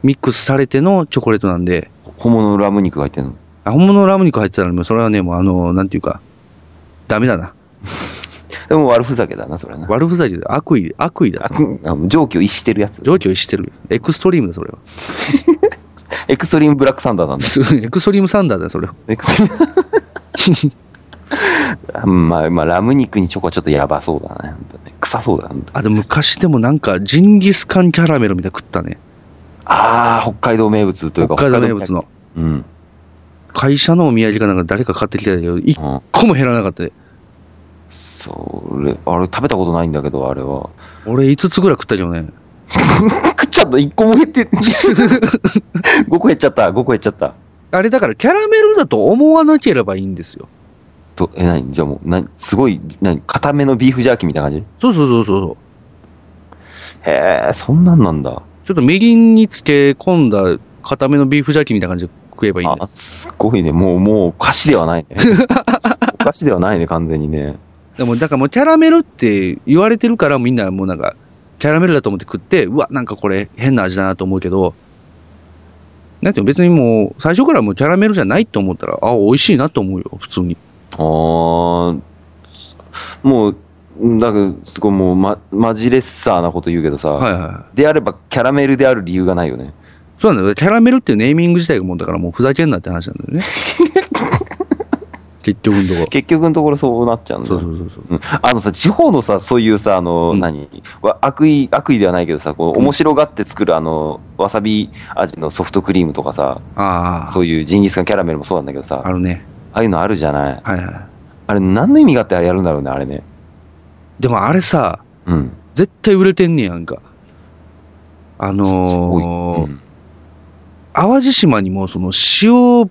Speaker 4: ミックスされてのチョコレートなんで、
Speaker 1: 本物のラム肉が入ってんの。
Speaker 4: あ、本物のラム肉入ってたら、もうそれはね、もうあの、なんていうか、ダメだな。
Speaker 1: でも悪ふざけだな、それはな。
Speaker 4: 悪ふざけで悪意、悪意だ
Speaker 1: あ
Speaker 4: ぞ。
Speaker 1: あの蒸気を逸してるやつ。
Speaker 4: 上気を逸してる。エクストリームだ、それは。
Speaker 1: エクストリームブラックサンダーなんだ。
Speaker 4: エクストリームサンダーだ、それは。
Speaker 1: エクストリーム うんまあ、まあ、ラム肉にチョコはちょっとやばそうだね。本当ね臭そうだね。
Speaker 4: あ、でも昔でもなんか、ジンギスカンキャラメルみたいなの食ったね。
Speaker 1: ああ、北海道名物というか。
Speaker 4: 北海道名物の。
Speaker 1: 北海道名物。
Speaker 4: 会社のお土産かなんか誰か買ってきたんだけど、一
Speaker 1: うん。うん。
Speaker 4: 個も減らなかったね。
Speaker 1: それ、あれ食べたことないんだけど、あれ は。
Speaker 4: 俺5つぐらい食ったけどね。
Speaker 1: 食っちゃった。1個も減 って、5個減っちゃった。5個減っちゃった。
Speaker 4: あれだからキャラメルだと思わなければいいんですよ。
Speaker 1: と、え、なにじゃあもう、なにすごい、なに固めのビーフジャーキーみたいな感じ
Speaker 4: そうそうそうそうそう。
Speaker 1: へえ、そんなんなんだ。
Speaker 4: ちょっとみりんにつけ込んだ固めのビーフジャーキーみたいな感じで食えばいいんだよ
Speaker 1: あ、すごいね。もう、もう、お菓子ではない ね。お菓子ではないね、完全にね。
Speaker 4: でも、だからもうキャラメルって言われてるから、みんなもうなんか、キャラメルだと思って食って、うわ、なんかこれ変な味だなと思うけど、なんていうの、別にもう、最初からもうキャラメルじゃないと思ったら、あ、美味しいなと思うよ、普通に。
Speaker 1: あー、もう、だから、すごいもう、ま、マジレッサーなこと言うけどさ、
Speaker 4: はいは
Speaker 1: であれば、キャラメルである理由がないよね。
Speaker 4: い。そ うなんだよ。キャラメルっていうネーミング自体がもうだからもうふざけんなって話なんだよね。結局のとこ
Speaker 1: 結局のところそうなっちゃうんだ
Speaker 4: そうそうそうそう。
Speaker 1: うんあのさ、地方のさ、そういうさ、あの、
Speaker 4: うん
Speaker 1: 何わ悪意、悪意ではないけどさ、こう、
Speaker 4: うん
Speaker 1: 面白がって作るあの、わさび味のソフトクリームとかさ、
Speaker 4: ああ、
Speaker 1: そういうジンギスカンキャラメルもそうなんだけどさ、
Speaker 4: あるね。
Speaker 1: ああいうのあるじゃない。
Speaker 4: はいは
Speaker 1: あれ、何の意味があってあれやるんだろうね、あれね。
Speaker 4: い。でもあれさ、
Speaker 1: うん。
Speaker 4: 絶対売れてんねやんか。あ
Speaker 1: おい
Speaker 4: のー
Speaker 1: うん
Speaker 4: 淡路島にもその塩、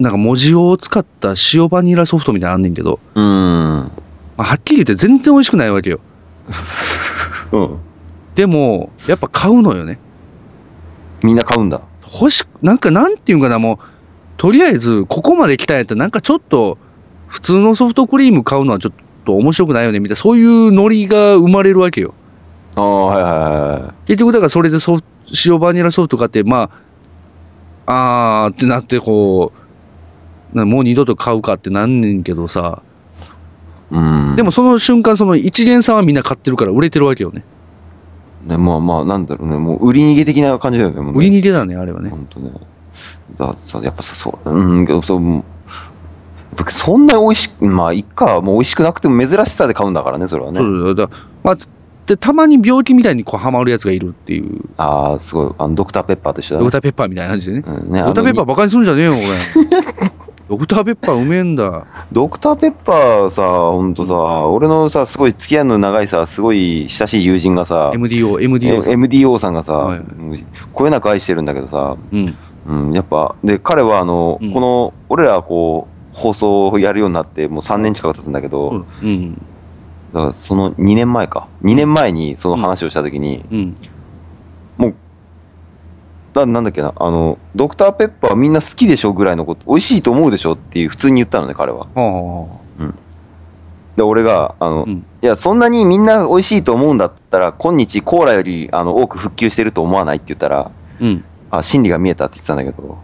Speaker 4: なんか文字を使った塩バニラソフトみたいなのあんねんけど、
Speaker 1: うん。
Speaker 4: まあ、はっきり言って全然美味しくないわけよ。
Speaker 1: うん。
Speaker 4: でも、やっぱ買うのよね。
Speaker 1: みんな買うんだ。
Speaker 4: 欲しく、なんかなんていうんかな、もう、とりあえず、ここまで来たんやったら、なんかちょっと、普通のソフトクリーム買うのはちょっと面白くないよね、みたいな、そういうノリが生まれるわけよ。
Speaker 1: ああ、はいはいはい。
Speaker 4: 結局、だからそれでソフ塩バニラソフト買って、まあ、あーってなって、こう、なもう二度と買うかってなんねんけどさ、
Speaker 1: うん。
Speaker 4: でも、その瞬間、その一元さんはみんな買ってるから売れてるわけよね。
Speaker 1: ね、まあまあ、なんだろうね、もう売り逃げ的な感じだよね、もうね
Speaker 4: 売りに出たね、あれはね。
Speaker 1: 本当ね。ださやっぱさそう、うん、けどそう、うん僕そんな美味しく、まあ、いっか、もう美味しくなくても珍しさで買うんだからね、それはね。
Speaker 4: そうそうだからまあ、で、たまに病気みたいにこう、ハマるやつがいるっていう、
Speaker 1: ああ、すごい、あの、ドクターペッパーと一緒だね
Speaker 4: ドク。ターペッパーみたいな感じでね。
Speaker 1: うんね、
Speaker 4: ドクターペッパー
Speaker 1: ー
Speaker 4: バカにするんじゃねえ よ、俺。ドクターペッパーうめえんだ。
Speaker 1: ドクターペッパーさ、ほんとさ、俺のさ、すごい付き合いの長いさ、すごい親しい友人がさ、
Speaker 4: MDO、MDO さん。
Speaker 1: MDO さんがさ、
Speaker 4: はいはい
Speaker 1: もうこよなく愛してるんだけどさ、
Speaker 4: うん。
Speaker 1: うん、やっぱ、で、彼は、あの、
Speaker 4: うん
Speaker 1: この、俺ら、こう、放送をやるようになって、もう3年近く経つんだけど、
Speaker 4: うん。
Speaker 1: だからその2年前か、2年前にその話をしたときに、
Speaker 4: うん。
Speaker 1: もう、だなんだっけな、あの、ドクターペッパーみんな好きでしょぐらいのこと、美味しいと思うでしょっていう、普通に言ったのね、彼は。
Speaker 4: は
Speaker 1: で、俺が、あの、
Speaker 4: あ。うん。
Speaker 1: いや、そんなにみんな美味しいと思うんだったら、今日コーラよりあの多く復旧してると思わないって言ったら、
Speaker 4: うん。
Speaker 1: あ、真理が見えたって言ってたんだけど、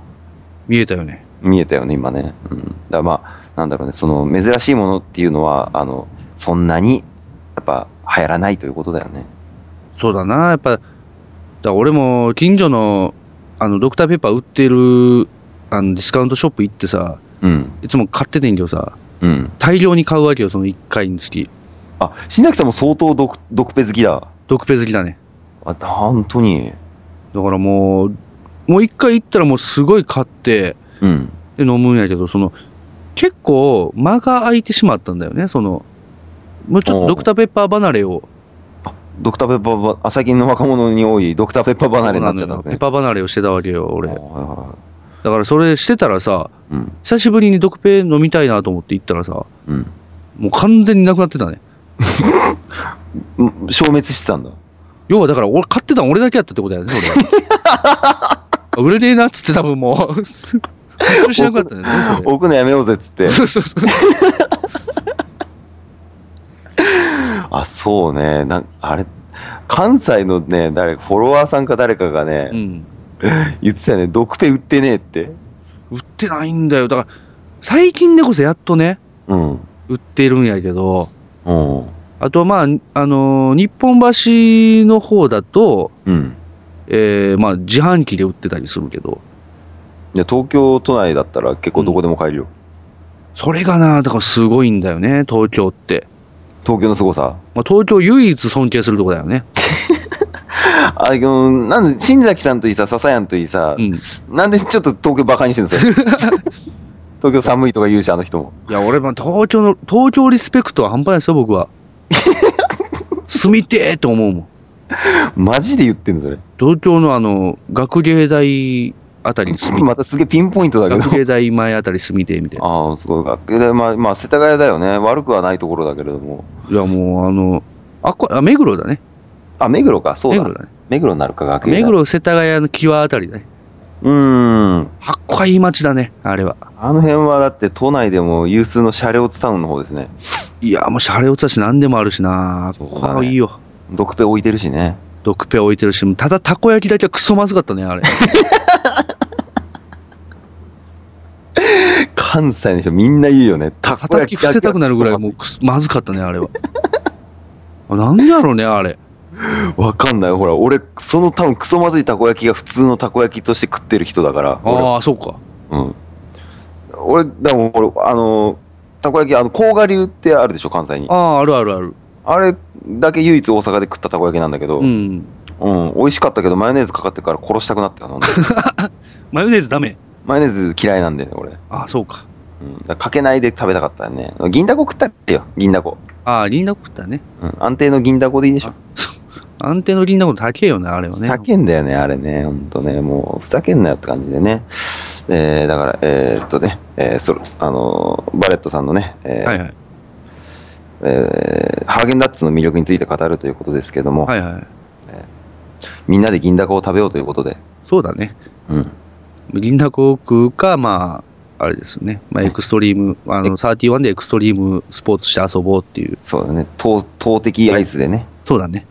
Speaker 4: 見えたよね。
Speaker 1: 見えたよね、今ね。うん。だからまあ、なんだろうね、その、珍しいものっていうのは、あの、そんなに、やっぱ、流行らないということだよね。
Speaker 4: そうだな、やっぱ、だから俺も近所の、あの、ドクターペッパー売ってる、あの、ディスカウントショップ行ってさ、
Speaker 1: うん。
Speaker 4: いつも買っててんけどさ、
Speaker 1: うん。
Speaker 4: 大量に買うわけよ、その1回につき。
Speaker 1: あ、新崎さんも相当毒、毒ペ好きだ。
Speaker 4: 毒ペ好きだね。
Speaker 1: あ、本当に。
Speaker 4: だからもう、もう1回行ったらもうすごい買って、
Speaker 1: うん。
Speaker 4: で飲むんやけど、その、結構間が空いてしまったんだよね、その、もうち
Speaker 1: お
Speaker 4: ょっ
Speaker 1: う
Speaker 4: とドクターペッパー離れを、
Speaker 1: ドクターペッパーば、あ、最近の若者に多いドクターペッパー離れになっちゃったんです
Speaker 4: ペッ
Speaker 1: ね。
Speaker 4: パー離れをしてたわけよ、俺。だ
Speaker 1: はいはいは
Speaker 4: からそれしてたらさ、
Speaker 1: いうん。
Speaker 4: 久しぶりにドクペ飲みたいなと思って行ったらさ、
Speaker 1: うん
Speaker 4: もう完全になくなってたね。
Speaker 1: うん。消滅してたんだ。
Speaker 4: 要はだから俺、買ってたの俺だけやったってことやね、それ は売れねえなっつって多分もう、発注しなくなったんだよ ね、それ。
Speaker 1: 置くのやめようぜっつって。
Speaker 4: そうそうそう。
Speaker 1: あ、そうね。なんあれ、関西のね、誰か、フォロワーさんか誰かが
Speaker 4: う
Speaker 1: ね、
Speaker 4: ん。
Speaker 1: 言ってたよね、毒ペ売ってねえって。
Speaker 4: 売ってないんだよ。だから、最近でこそやっとね、
Speaker 1: うん。
Speaker 4: 売ってるんやけど、
Speaker 1: うん。
Speaker 4: あとはまあ、あのー日本橋の方だと、
Speaker 1: うん。
Speaker 4: えーまあ、自販機で売ってたりするけど、
Speaker 1: いや、東京都内だったら結構どこでも買えるよ。
Speaker 4: それがな、だからすごいんだよね、東京って。
Speaker 1: 東京の凄さ。
Speaker 4: まあ、東京唯一尊敬するとこだよね。
Speaker 1: あの、なんで、新崎さんといいさ、笹谷といいさ
Speaker 4: う、ん。い
Speaker 1: なんでちょっと東京バカにしてるん ですか東京寒いとか言うし、あの人も。
Speaker 4: や、俺も東京の、東京リスペクトは半端ないですよ、僕 は。住みてえと思うもん。
Speaker 1: マジで言ってんのそれ。
Speaker 4: 東京のあの、学芸大あたりに住み、
Speaker 1: またすげえピンポイントだけ
Speaker 4: 学
Speaker 1: ど。
Speaker 4: 芸大前あたり住みてえみたいな。
Speaker 1: ああ、すごい。学で、まあ、まあ、世田谷だよね。悪くはないところだけれども。
Speaker 4: いや、もうあの、あ、こあ目黒だね。
Speaker 1: あ、目黒か。そう
Speaker 4: 目
Speaker 1: だ。
Speaker 4: 黒
Speaker 1: 目黒
Speaker 4: だ
Speaker 1: に
Speaker 4: ね。
Speaker 1: なるか、学芸
Speaker 4: 目
Speaker 1: 大。
Speaker 4: 黒、世田谷の際あたりだね。
Speaker 1: うーん。
Speaker 4: かっこいい街だね、あれは。
Speaker 1: あの辺はだって都内でも有数の車両タウンの方ですね。
Speaker 4: いや、もうシャレオツだし何でもあるしな。
Speaker 1: そうだね
Speaker 4: ここいいよ。
Speaker 1: 毒ペ置いてるしね。
Speaker 4: 毒ペ置いてるし、ただたこ焼きだけはクソまずかった ね、あれ。
Speaker 1: 関西の人みんな言うよね。たこ
Speaker 4: 叩
Speaker 1: 焼
Speaker 4: き
Speaker 1: きだけは
Speaker 4: 伏せたくなるぐらいもうクソまずかったね、あれは。 あなんでやろうね、あれ。
Speaker 1: わかんない。ほら、俺、その多分クソまずいたこ焼きが普通のたこ焼きとして食ってる人だから。俺は
Speaker 4: ああ、そうか。
Speaker 1: うん。俺、でも俺、あの、たこ焼き、あの、甲賀流ってあるでしょ、関西に。あ
Speaker 4: ああ、あるあるある。
Speaker 1: れだけ唯一大阪で食ったたこ焼きなんだけど、う、
Speaker 4: うんん。
Speaker 1: 美味しかったけど、マヨネーズかかってるから殺したくなってた の。
Speaker 4: マヨネーズダメ。
Speaker 1: マヨネーズ嫌いなんだよね、俺。
Speaker 4: ああ、そうか。
Speaker 1: うん、だからかけないで食べたかったよね。銀だこ食ったってよ、銀だこ。
Speaker 4: ああ、リンダコ食ったね。
Speaker 1: うん、安定の銀だこでいいでしょ。
Speaker 4: 安定のリンダコ高えよな、あれはね。
Speaker 1: ふざけんだよね、あれね、ほんとね、もう、ふざけんなよって感じでね。えー、だから、えーっとね、えー、それ、あのーバレットさんのね、えー
Speaker 4: はいはい。
Speaker 1: えーハーゲンダッツの魅力について語るということですけども、
Speaker 4: はいはい。
Speaker 1: みんなで銀だこを食べようということで、
Speaker 4: そうだね。
Speaker 1: うん。
Speaker 4: リンダコを食うか、まあ、あれですよね。まあ、エクストリーム、あの、31でエクストリームスポーツして遊ぼうっていう。
Speaker 1: そうだね、投投的アイスでね、
Speaker 4: そうだね。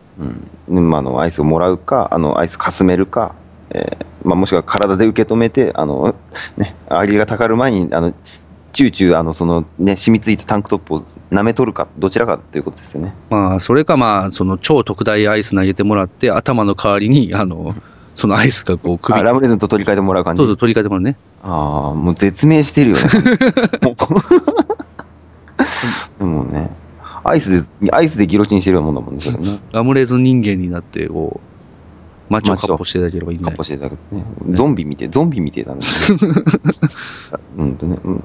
Speaker 1: うん。まあ、あの、アイスをもらうか、あの、アイスかすめるか、えーまあ、もしくは体で受け止めて、あの、ね、アリがたかる前に、あの、チューチュー、あの、その、ね、染みついたタンクトップを舐め取るか、どちらかということですよね。
Speaker 4: まあ、それかまあ、その超特大アイス投げてもらって、頭の代わりに、あの、そのアイスがこう首
Speaker 1: あ、
Speaker 4: に、
Speaker 1: ラムレーズンと取り替えてもらう感じ。
Speaker 4: そうそう取り替えてもらうね。
Speaker 1: ああ、もう絶命して るよね。もう でもね、アイスで、アイスでギロチンしてるようなもんだもんね、それね。
Speaker 4: ラムレーズン人間になって、こう、街をカッポしていただければいいんじ
Speaker 1: かっ
Speaker 4: ゃない
Speaker 1: ぽしてたけどね。ゾンビ見てえ、ゾンビ見てえだね。 うんとね、うん。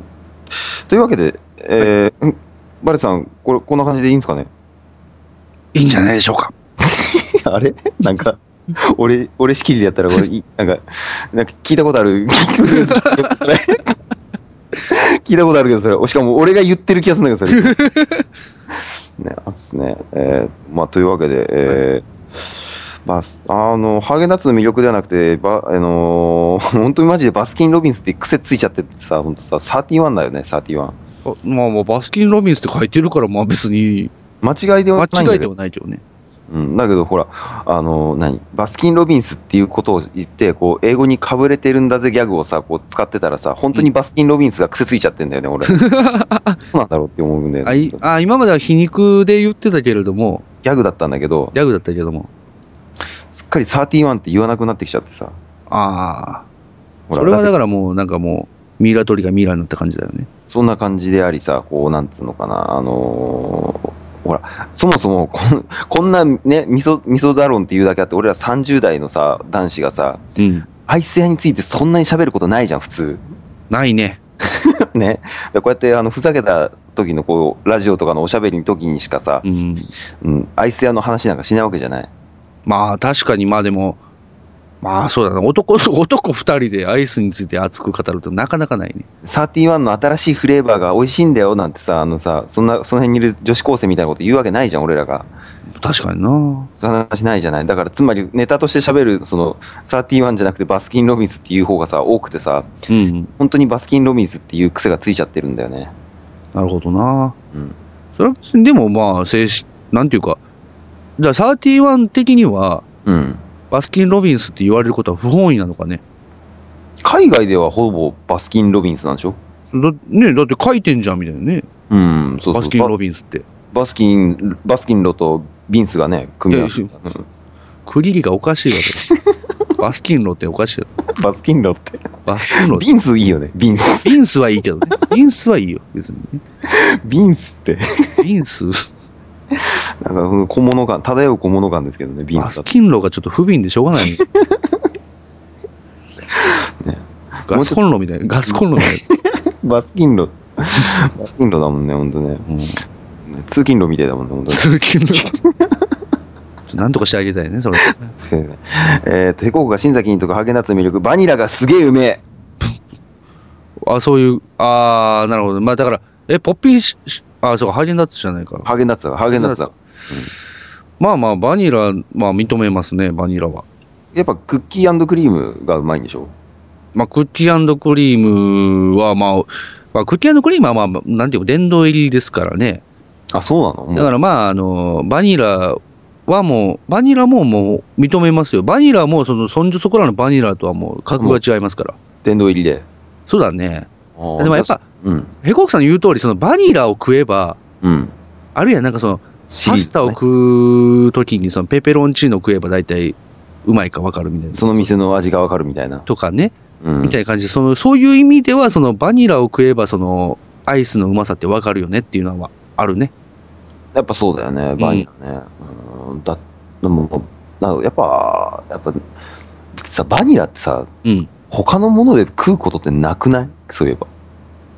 Speaker 1: というわけで、えーうんバレさん、これ、こんな感じでいいんですかね
Speaker 4: いいんじゃないでしょうか。
Speaker 1: あれなんか、俺、俺仕切りでやったら、これ、いなんか、なんか聞いたことある。 聞いたことあるけど、それ。しかも、俺が言ってる気がするんだけど、それ。ね、あっすね。えーまあ、というわけで、えーまあ、あの、ハーゲンダッツの魅力ではなくて、ば、あの ー本当にマジでバスキン・ロビンスって癖ついちゃっててさ、本当さ、31だよね、31。
Speaker 4: あまあまあ、バスキン・ロビンスって書いてるから、まあ別に、
Speaker 1: 間違いで
Speaker 4: 間
Speaker 1: はないんだけ
Speaker 4: 違いで
Speaker 1: ど
Speaker 4: はないけどね。
Speaker 1: うん、だけどほら、あの何バスキン・ロビンスっていうことを言って、こう、英語にかぶれてるんだぜギャグをさ、こう、使ってたらさ、本当にバスキン・ロビンスが癖ついちゃってんだよね、 俺。そうなんだろうって思うんだよ
Speaker 4: あ
Speaker 1: ね
Speaker 4: い。あ今までは皮肉で言ってたけれども、
Speaker 1: ギャグだったんだけど、
Speaker 4: ギャグだったけども、
Speaker 1: すっかり31って言わなくなってきちゃってさ。
Speaker 4: ああ、
Speaker 1: ほら
Speaker 4: それは
Speaker 1: だ
Speaker 4: だ
Speaker 1: って
Speaker 4: からもう、なんかもう、ミイラ取りがミイラになった感じだよね。
Speaker 1: そんな感じでありさ、こう、なんつうのかな、あのーほら、そもそもこん、こんなね、味噌、味噌だろんっていうだけあって、俺ら30代のさ、男子がさ、
Speaker 4: うん。
Speaker 1: アイス屋についてそんなに喋ることないじゃん、普通。
Speaker 4: ないね。
Speaker 1: ね、こうやってあのふざけた時のこうラジオとかのおしゃべりの時にしかさ
Speaker 4: う、ん。
Speaker 1: うん、アイス屋の話なんかしないわけじゃない。
Speaker 4: まあ確かに、まあでも、まあそうだな、男、 男二人でアイスについて熱く語るとなかなかないね。
Speaker 1: 31の新しいフレーバーが美味しいんだよなんてさ、あのさ、そんな、その辺にいる女子高生みたいなこと言うわけないじゃん、俺らが。
Speaker 4: 確かにな。
Speaker 1: そんな話ないじゃない。だから、つまりネタとして喋る、その、31じゃなくてバスキン・ロビンスっていう方がさ、多くてさ、
Speaker 4: うん。
Speaker 1: 本当にバスキン・ロビンスっていう癖がついちゃってるんだよね。
Speaker 4: なるほどな。
Speaker 1: うん。
Speaker 4: それは別にでもまあ、静止、なんていうか、じゃあ31的には、
Speaker 1: うん。
Speaker 4: バスキン・ロビンスって言われることは不本意なのかね。
Speaker 1: 海外ではほぼバスキン・ロビンスなんでしょ
Speaker 4: だねだって書いてんじゃんみたいなね。
Speaker 1: うん、そうそう
Speaker 4: バスキン・ロビンスって。
Speaker 1: バスキン、バスキンロとビンスがね、組み合わせ
Speaker 4: いや
Speaker 1: た。うん
Speaker 4: 区切りがおかしいわ けだ。バスキンロっておかしいだろ
Speaker 1: バスキンロって。
Speaker 4: バスキンロ
Speaker 1: ビンスいいよね、ビンス。
Speaker 4: ビンスはいいけ どね。ビンスはいいよ、別にね。
Speaker 1: ビンスって。
Speaker 4: ビンス、
Speaker 1: なんかうん小物感、漂う小物感ですけどね、ビンス
Speaker 4: バ
Speaker 1: だ
Speaker 4: ス
Speaker 1: と。
Speaker 4: キンロがちょっと不憫でしょうがないね。
Speaker 1: ね
Speaker 4: ガスコンロみたいな、ガスコンロみたい
Speaker 1: バスキンロ。バスキンロだもんね、ほんとね。
Speaker 4: な。うん
Speaker 1: 通勤路みたいだもんね、ほんとね
Speaker 4: 通勤路。なんとかしてあげたいね、それ。
Speaker 1: 確かにね。えーと、ヘコークが新崎にとかハーゲンダッツの魅力、バニラがすげえうめえ。
Speaker 4: あ、そういう、あー、なるほど。まあだから、え、ポッピーし、しあ、そうか、ハーゲンダッツじゃないか。
Speaker 1: ハーゲンダッツだ、ハーゲンダッツだ。
Speaker 4: まあまあ、バニラ、まあ認めますね、バニラは。
Speaker 1: やっぱクッキークリームがうまいんでしょ
Speaker 4: まあ、クッキークリームは、まあ、まあ、クッキークリームは、まあ、なんていうか、殿堂入りですからね。
Speaker 1: あ、そうなのもう
Speaker 4: だからまあ、あの、バニラはもう、バニラももう認めますよ。バニラも、その、そんじょそこらのバニラとはもう、格が違いますから。
Speaker 1: 殿堂入りで。
Speaker 4: そうだね。
Speaker 1: でも
Speaker 4: でもやっぱ、
Speaker 1: うん。
Speaker 4: ヘコークさんの言う通り、その、バニラを食えば、
Speaker 1: うん。
Speaker 4: あるいはなんかその、
Speaker 1: シリ
Speaker 4: パ
Speaker 1: ー
Speaker 4: ス
Speaker 1: ズだ
Speaker 4: タを
Speaker 1: ね
Speaker 4: 食うときに、その、ペペロンチーノ食えば大体、うまいかわかるみたいな。
Speaker 1: その店の味がわかるみたいな。
Speaker 4: とかね。
Speaker 1: うん
Speaker 4: みたいな感じで、そのそういう意味では、そのバニラを食えば、そのアイスのうまさってわかるよねっていうのはあるね。
Speaker 1: やっぱそうだよね、バニラね。うん、だでもなんかやっぱ、やっぱさ、バニラってさ、
Speaker 4: うん。
Speaker 1: 他のもので食うことってなくないそういえば。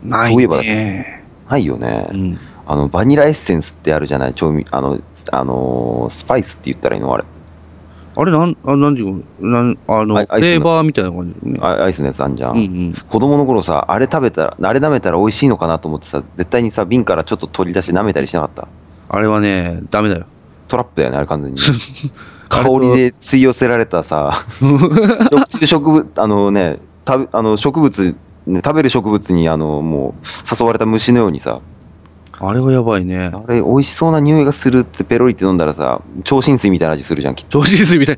Speaker 4: ないね。
Speaker 1: そういえばないよね。
Speaker 4: うん。
Speaker 1: あの、バニラエッセンスってあるじゃない調味、あの、あのースパイスって言ったらいいのあれ。
Speaker 4: あれ、なん、あなんていうのなんあの、
Speaker 1: あ
Speaker 4: フ
Speaker 1: アイスの
Speaker 4: レーバーみたいな感じだよね。
Speaker 1: あアイスのやつあんじゃ
Speaker 4: うんうん。
Speaker 1: 子供の頃さ、あれ食べたら、あれ舐めたら美味しいのかなと思ってさ、絶対にさ、瓶からちょっと取り出して舐めたりしなかった。
Speaker 4: あれはね、ダメだよ。
Speaker 1: トラップだよね、あれ完 全に。香りで吸い寄せられた さ、食植物、あのね、食べあの植物、ね、食べる植物にあのもう誘われた虫のようにさ、
Speaker 4: あれはやばいね。
Speaker 1: あれ美味しそうな匂いがするってペロリって飲んだらさ、超浸水みたいな味するじゃん、きっと。
Speaker 4: 超新水 みたい。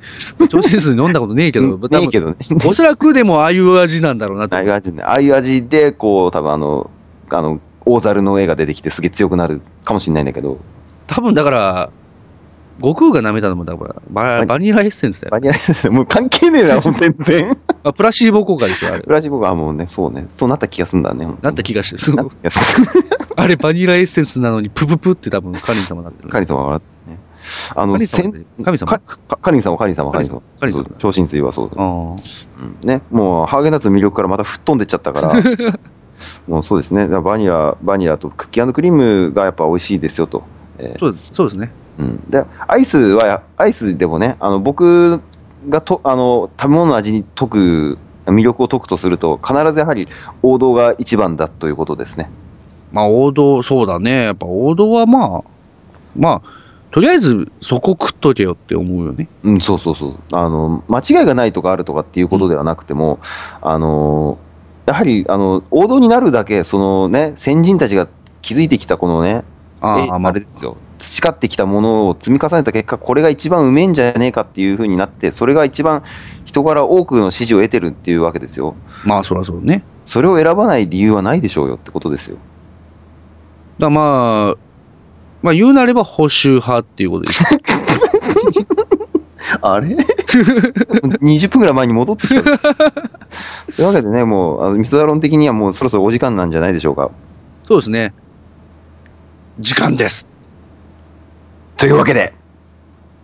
Speaker 4: 超新水飲んだことねえけど、
Speaker 1: ねえけどね。
Speaker 4: 多分おそらくでもああいう味なんだろうな
Speaker 1: ああ
Speaker 4: と。
Speaker 1: いう味ね。ああいう味で、こう、多分あの、あの、大猿の絵が出てきてすげえ強くなるかもしれないんだけど、
Speaker 4: 多分だから、悟空が舐めたのも多分ババニラエッセンスだよ。
Speaker 1: バニラエッセンスもう関係ねえな、もう全 然。
Speaker 4: あプラシーボ効果ですよ、あれ。
Speaker 1: ブラジル僕はもうね、そうね、そうなった気がするんだね。
Speaker 4: なった気がして
Speaker 1: な
Speaker 4: る
Speaker 1: っ。た気がする。
Speaker 4: あれバニラエッセンスなのに、プププって多分カリン様になってる。
Speaker 1: 神様笑ってね。あの、
Speaker 4: 神様
Speaker 1: せん
Speaker 4: 神様
Speaker 1: かか神様、神様、神様。
Speaker 4: 神様
Speaker 1: そう超新水はそうだ、
Speaker 4: ああ。
Speaker 1: うんね。もう、ハーゲンダッツの魅力からまた吹っ飛んでっちゃった から。もうそうですね。だからバニラ、バニラとクッキークリームがやっぱ美味しいですよと。えー
Speaker 4: そうですそうですね。
Speaker 1: うん、で、アイスはや、アイスでもね、あの、僕がと、あの、食べ物の味に解く、魅力を解くとすると、必ずやはり王道が一番だということですね。
Speaker 4: まあ王道、そうだね。やっぱ王道はまあ、まあ、とりあえずそこ食っとけよって思うよね。
Speaker 1: うん、そうそうそうあの、間違いがないとかあるとかっていうことではなくても、あのやはりあの王道になるだけ、そのね、先人たちが築いてきたこのね、
Speaker 4: あ
Speaker 1: え
Speaker 4: あ、ま
Speaker 1: あれですよ、培ってきたものを積み重ねた結果、これが一番うめえんじゃねえかっていうふうになって、それが一番人から多くの支持を得てるっていうわけですよ、
Speaker 4: あ、まあそらそうね。
Speaker 1: それを選ばない理由はないでしょうよってことですよ。
Speaker 4: だからまあ、まあ言うなれば保守派っていうこ とです。
Speaker 1: あ れ ?20 分ぐらい前に戻って きた。というわけでね、もう、あのミスダロン的にはもうそろそろお時間なんじゃないでしょうか。
Speaker 4: そうですね。時間です。
Speaker 1: というわけで、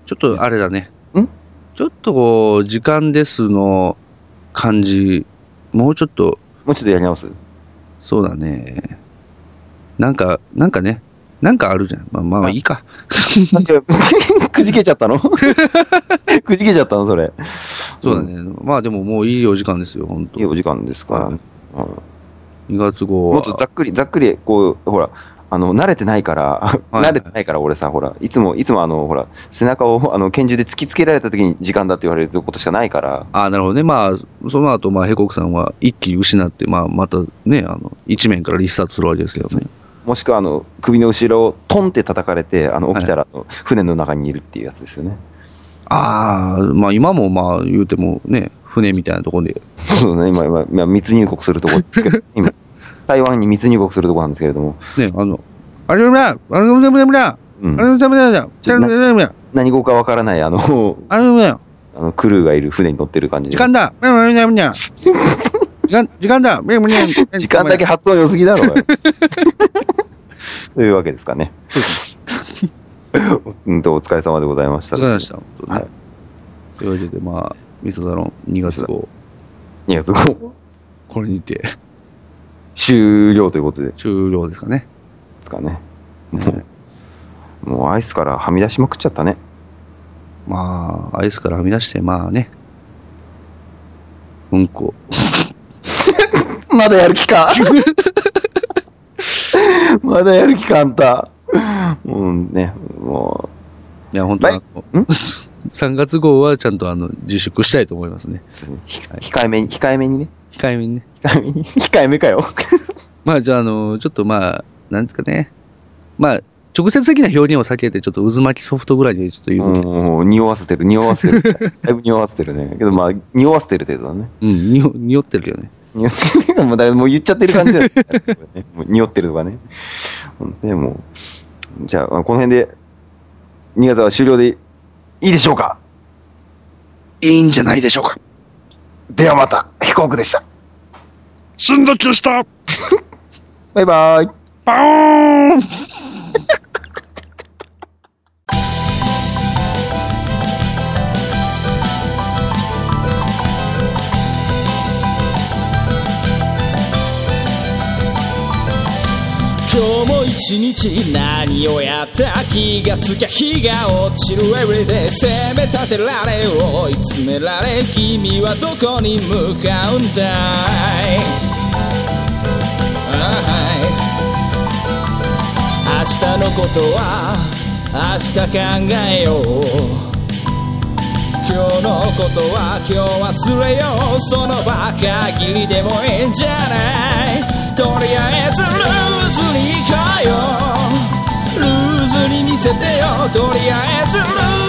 Speaker 4: ちょっとあれだね。
Speaker 1: ん
Speaker 4: ちょっとこう、時間ですの感じ、もうちょっと、
Speaker 1: もうちょっとやり直す。
Speaker 4: そうだね。なんか、なんかね、なんかあるじゃん。まあまあいいか。
Speaker 1: くじけちゃ ったのくじけちゃったのそれ。
Speaker 4: そうだね。まあでももういいお時間ですよ、本
Speaker 1: いい
Speaker 4: 当
Speaker 1: お時間ですか、
Speaker 4: は
Speaker 1: うん
Speaker 4: 2月号
Speaker 1: もっとざ
Speaker 4: は。
Speaker 1: っくり、ざっくり、こう、ほら、あの、慣れてないから、
Speaker 4: はい
Speaker 1: 慣れてないから俺さ、ほら、いつも、いつもあの、ほら、背中を、あの、拳銃で突きつけられた時に時間だって言われることしかないから、
Speaker 4: ああ、なるほどね。まあ、その後、まあ、ヘコクさんは一気失って、まあ、またね、あの、一面からリスタートするわけですけどね。
Speaker 1: もしくは、あの、首の後ろをトンって叩かれて、あの、起きたら、あの船の中にいるっていうやつですよね。
Speaker 4: ああ、まあ、今もまあ、言うてもね、船みたいなところで、
Speaker 1: そうね、今、今、今密入国するとこです けど、今、台湾に密入国するとこなんですけれども、
Speaker 4: ね、あの、あれだ、あれだ、あれだ、
Speaker 1: うん
Speaker 4: あれだ、あれだ、あれだ、あれだ、あれだ、あれだ、
Speaker 1: 何語かわからない、あの、
Speaker 4: あれだ、
Speaker 1: あのクルーがいる船に乗ってる感じで
Speaker 4: 時間だ、あれだ、あれだ、時間、時 間だ、あれだ、
Speaker 1: 時間だけ。発音良すぎだろうよ というわけですか ね。うんとお疲れ様でございました。
Speaker 4: わかりました。本当ね
Speaker 1: はい
Speaker 4: というわけで、まあ、ミソダロン2月号、
Speaker 1: いや、そこ
Speaker 4: これにて
Speaker 1: 終了ということで
Speaker 4: 終了ですかね。
Speaker 1: すかね。も
Speaker 4: ね
Speaker 1: う、もうアイスからはみ出しまくっちゃったね。
Speaker 4: まあ、アイスからはみ出して、まあね。うんこ。
Speaker 1: まだやる気か まだやる気か、あんた。もうね、も
Speaker 4: いや、本当
Speaker 1: は
Speaker 4: あ
Speaker 1: い
Speaker 4: の
Speaker 1: ん
Speaker 4: 3月号はちゃんとあの自粛したいと思いますね。
Speaker 1: う、ひ控えめに、控えめにね。
Speaker 4: 控えめにね。
Speaker 1: 控えめに、控えめかよ。
Speaker 4: まあ、じゃあ、あの、ちょっとまあ、なんですかね。まあ、直接的な表現を避けて、ちょっと渦巻きソフトぐらいでちょっと言うと、
Speaker 1: もう、匂わせてる、匂わせてる。だいぶ匂わせてるね。けど、まあ、匂わせてる程度だね。
Speaker 4: うん、にお匂ってるよね。
Speaker 1: 匂ってるもうだいぶもう言っちゃってる感じだよね。もう匂ってるとかね。でもう、じゃあ、この辺で、新潟は終了でいいでしょうか
Speaker 4: いいんじゃないでしょうか。
Speaker 1: ではまた、飛行機でした。
Speaker 2: 死んだ気した
Speaker 1: バイバイ。
Speaker 4: バーン
Speaker 3: 今日も一日何をやった気がつきゃ日が落ちる Everyday 攻め立てられ追い詰められ君はどこに向かうんだいあーはい明日のことは明日考えよう今日のことは今日忘れようその場限りでもいいんじゃないとりあえずルーズに行こうよルーズに見せてよとりあえずルー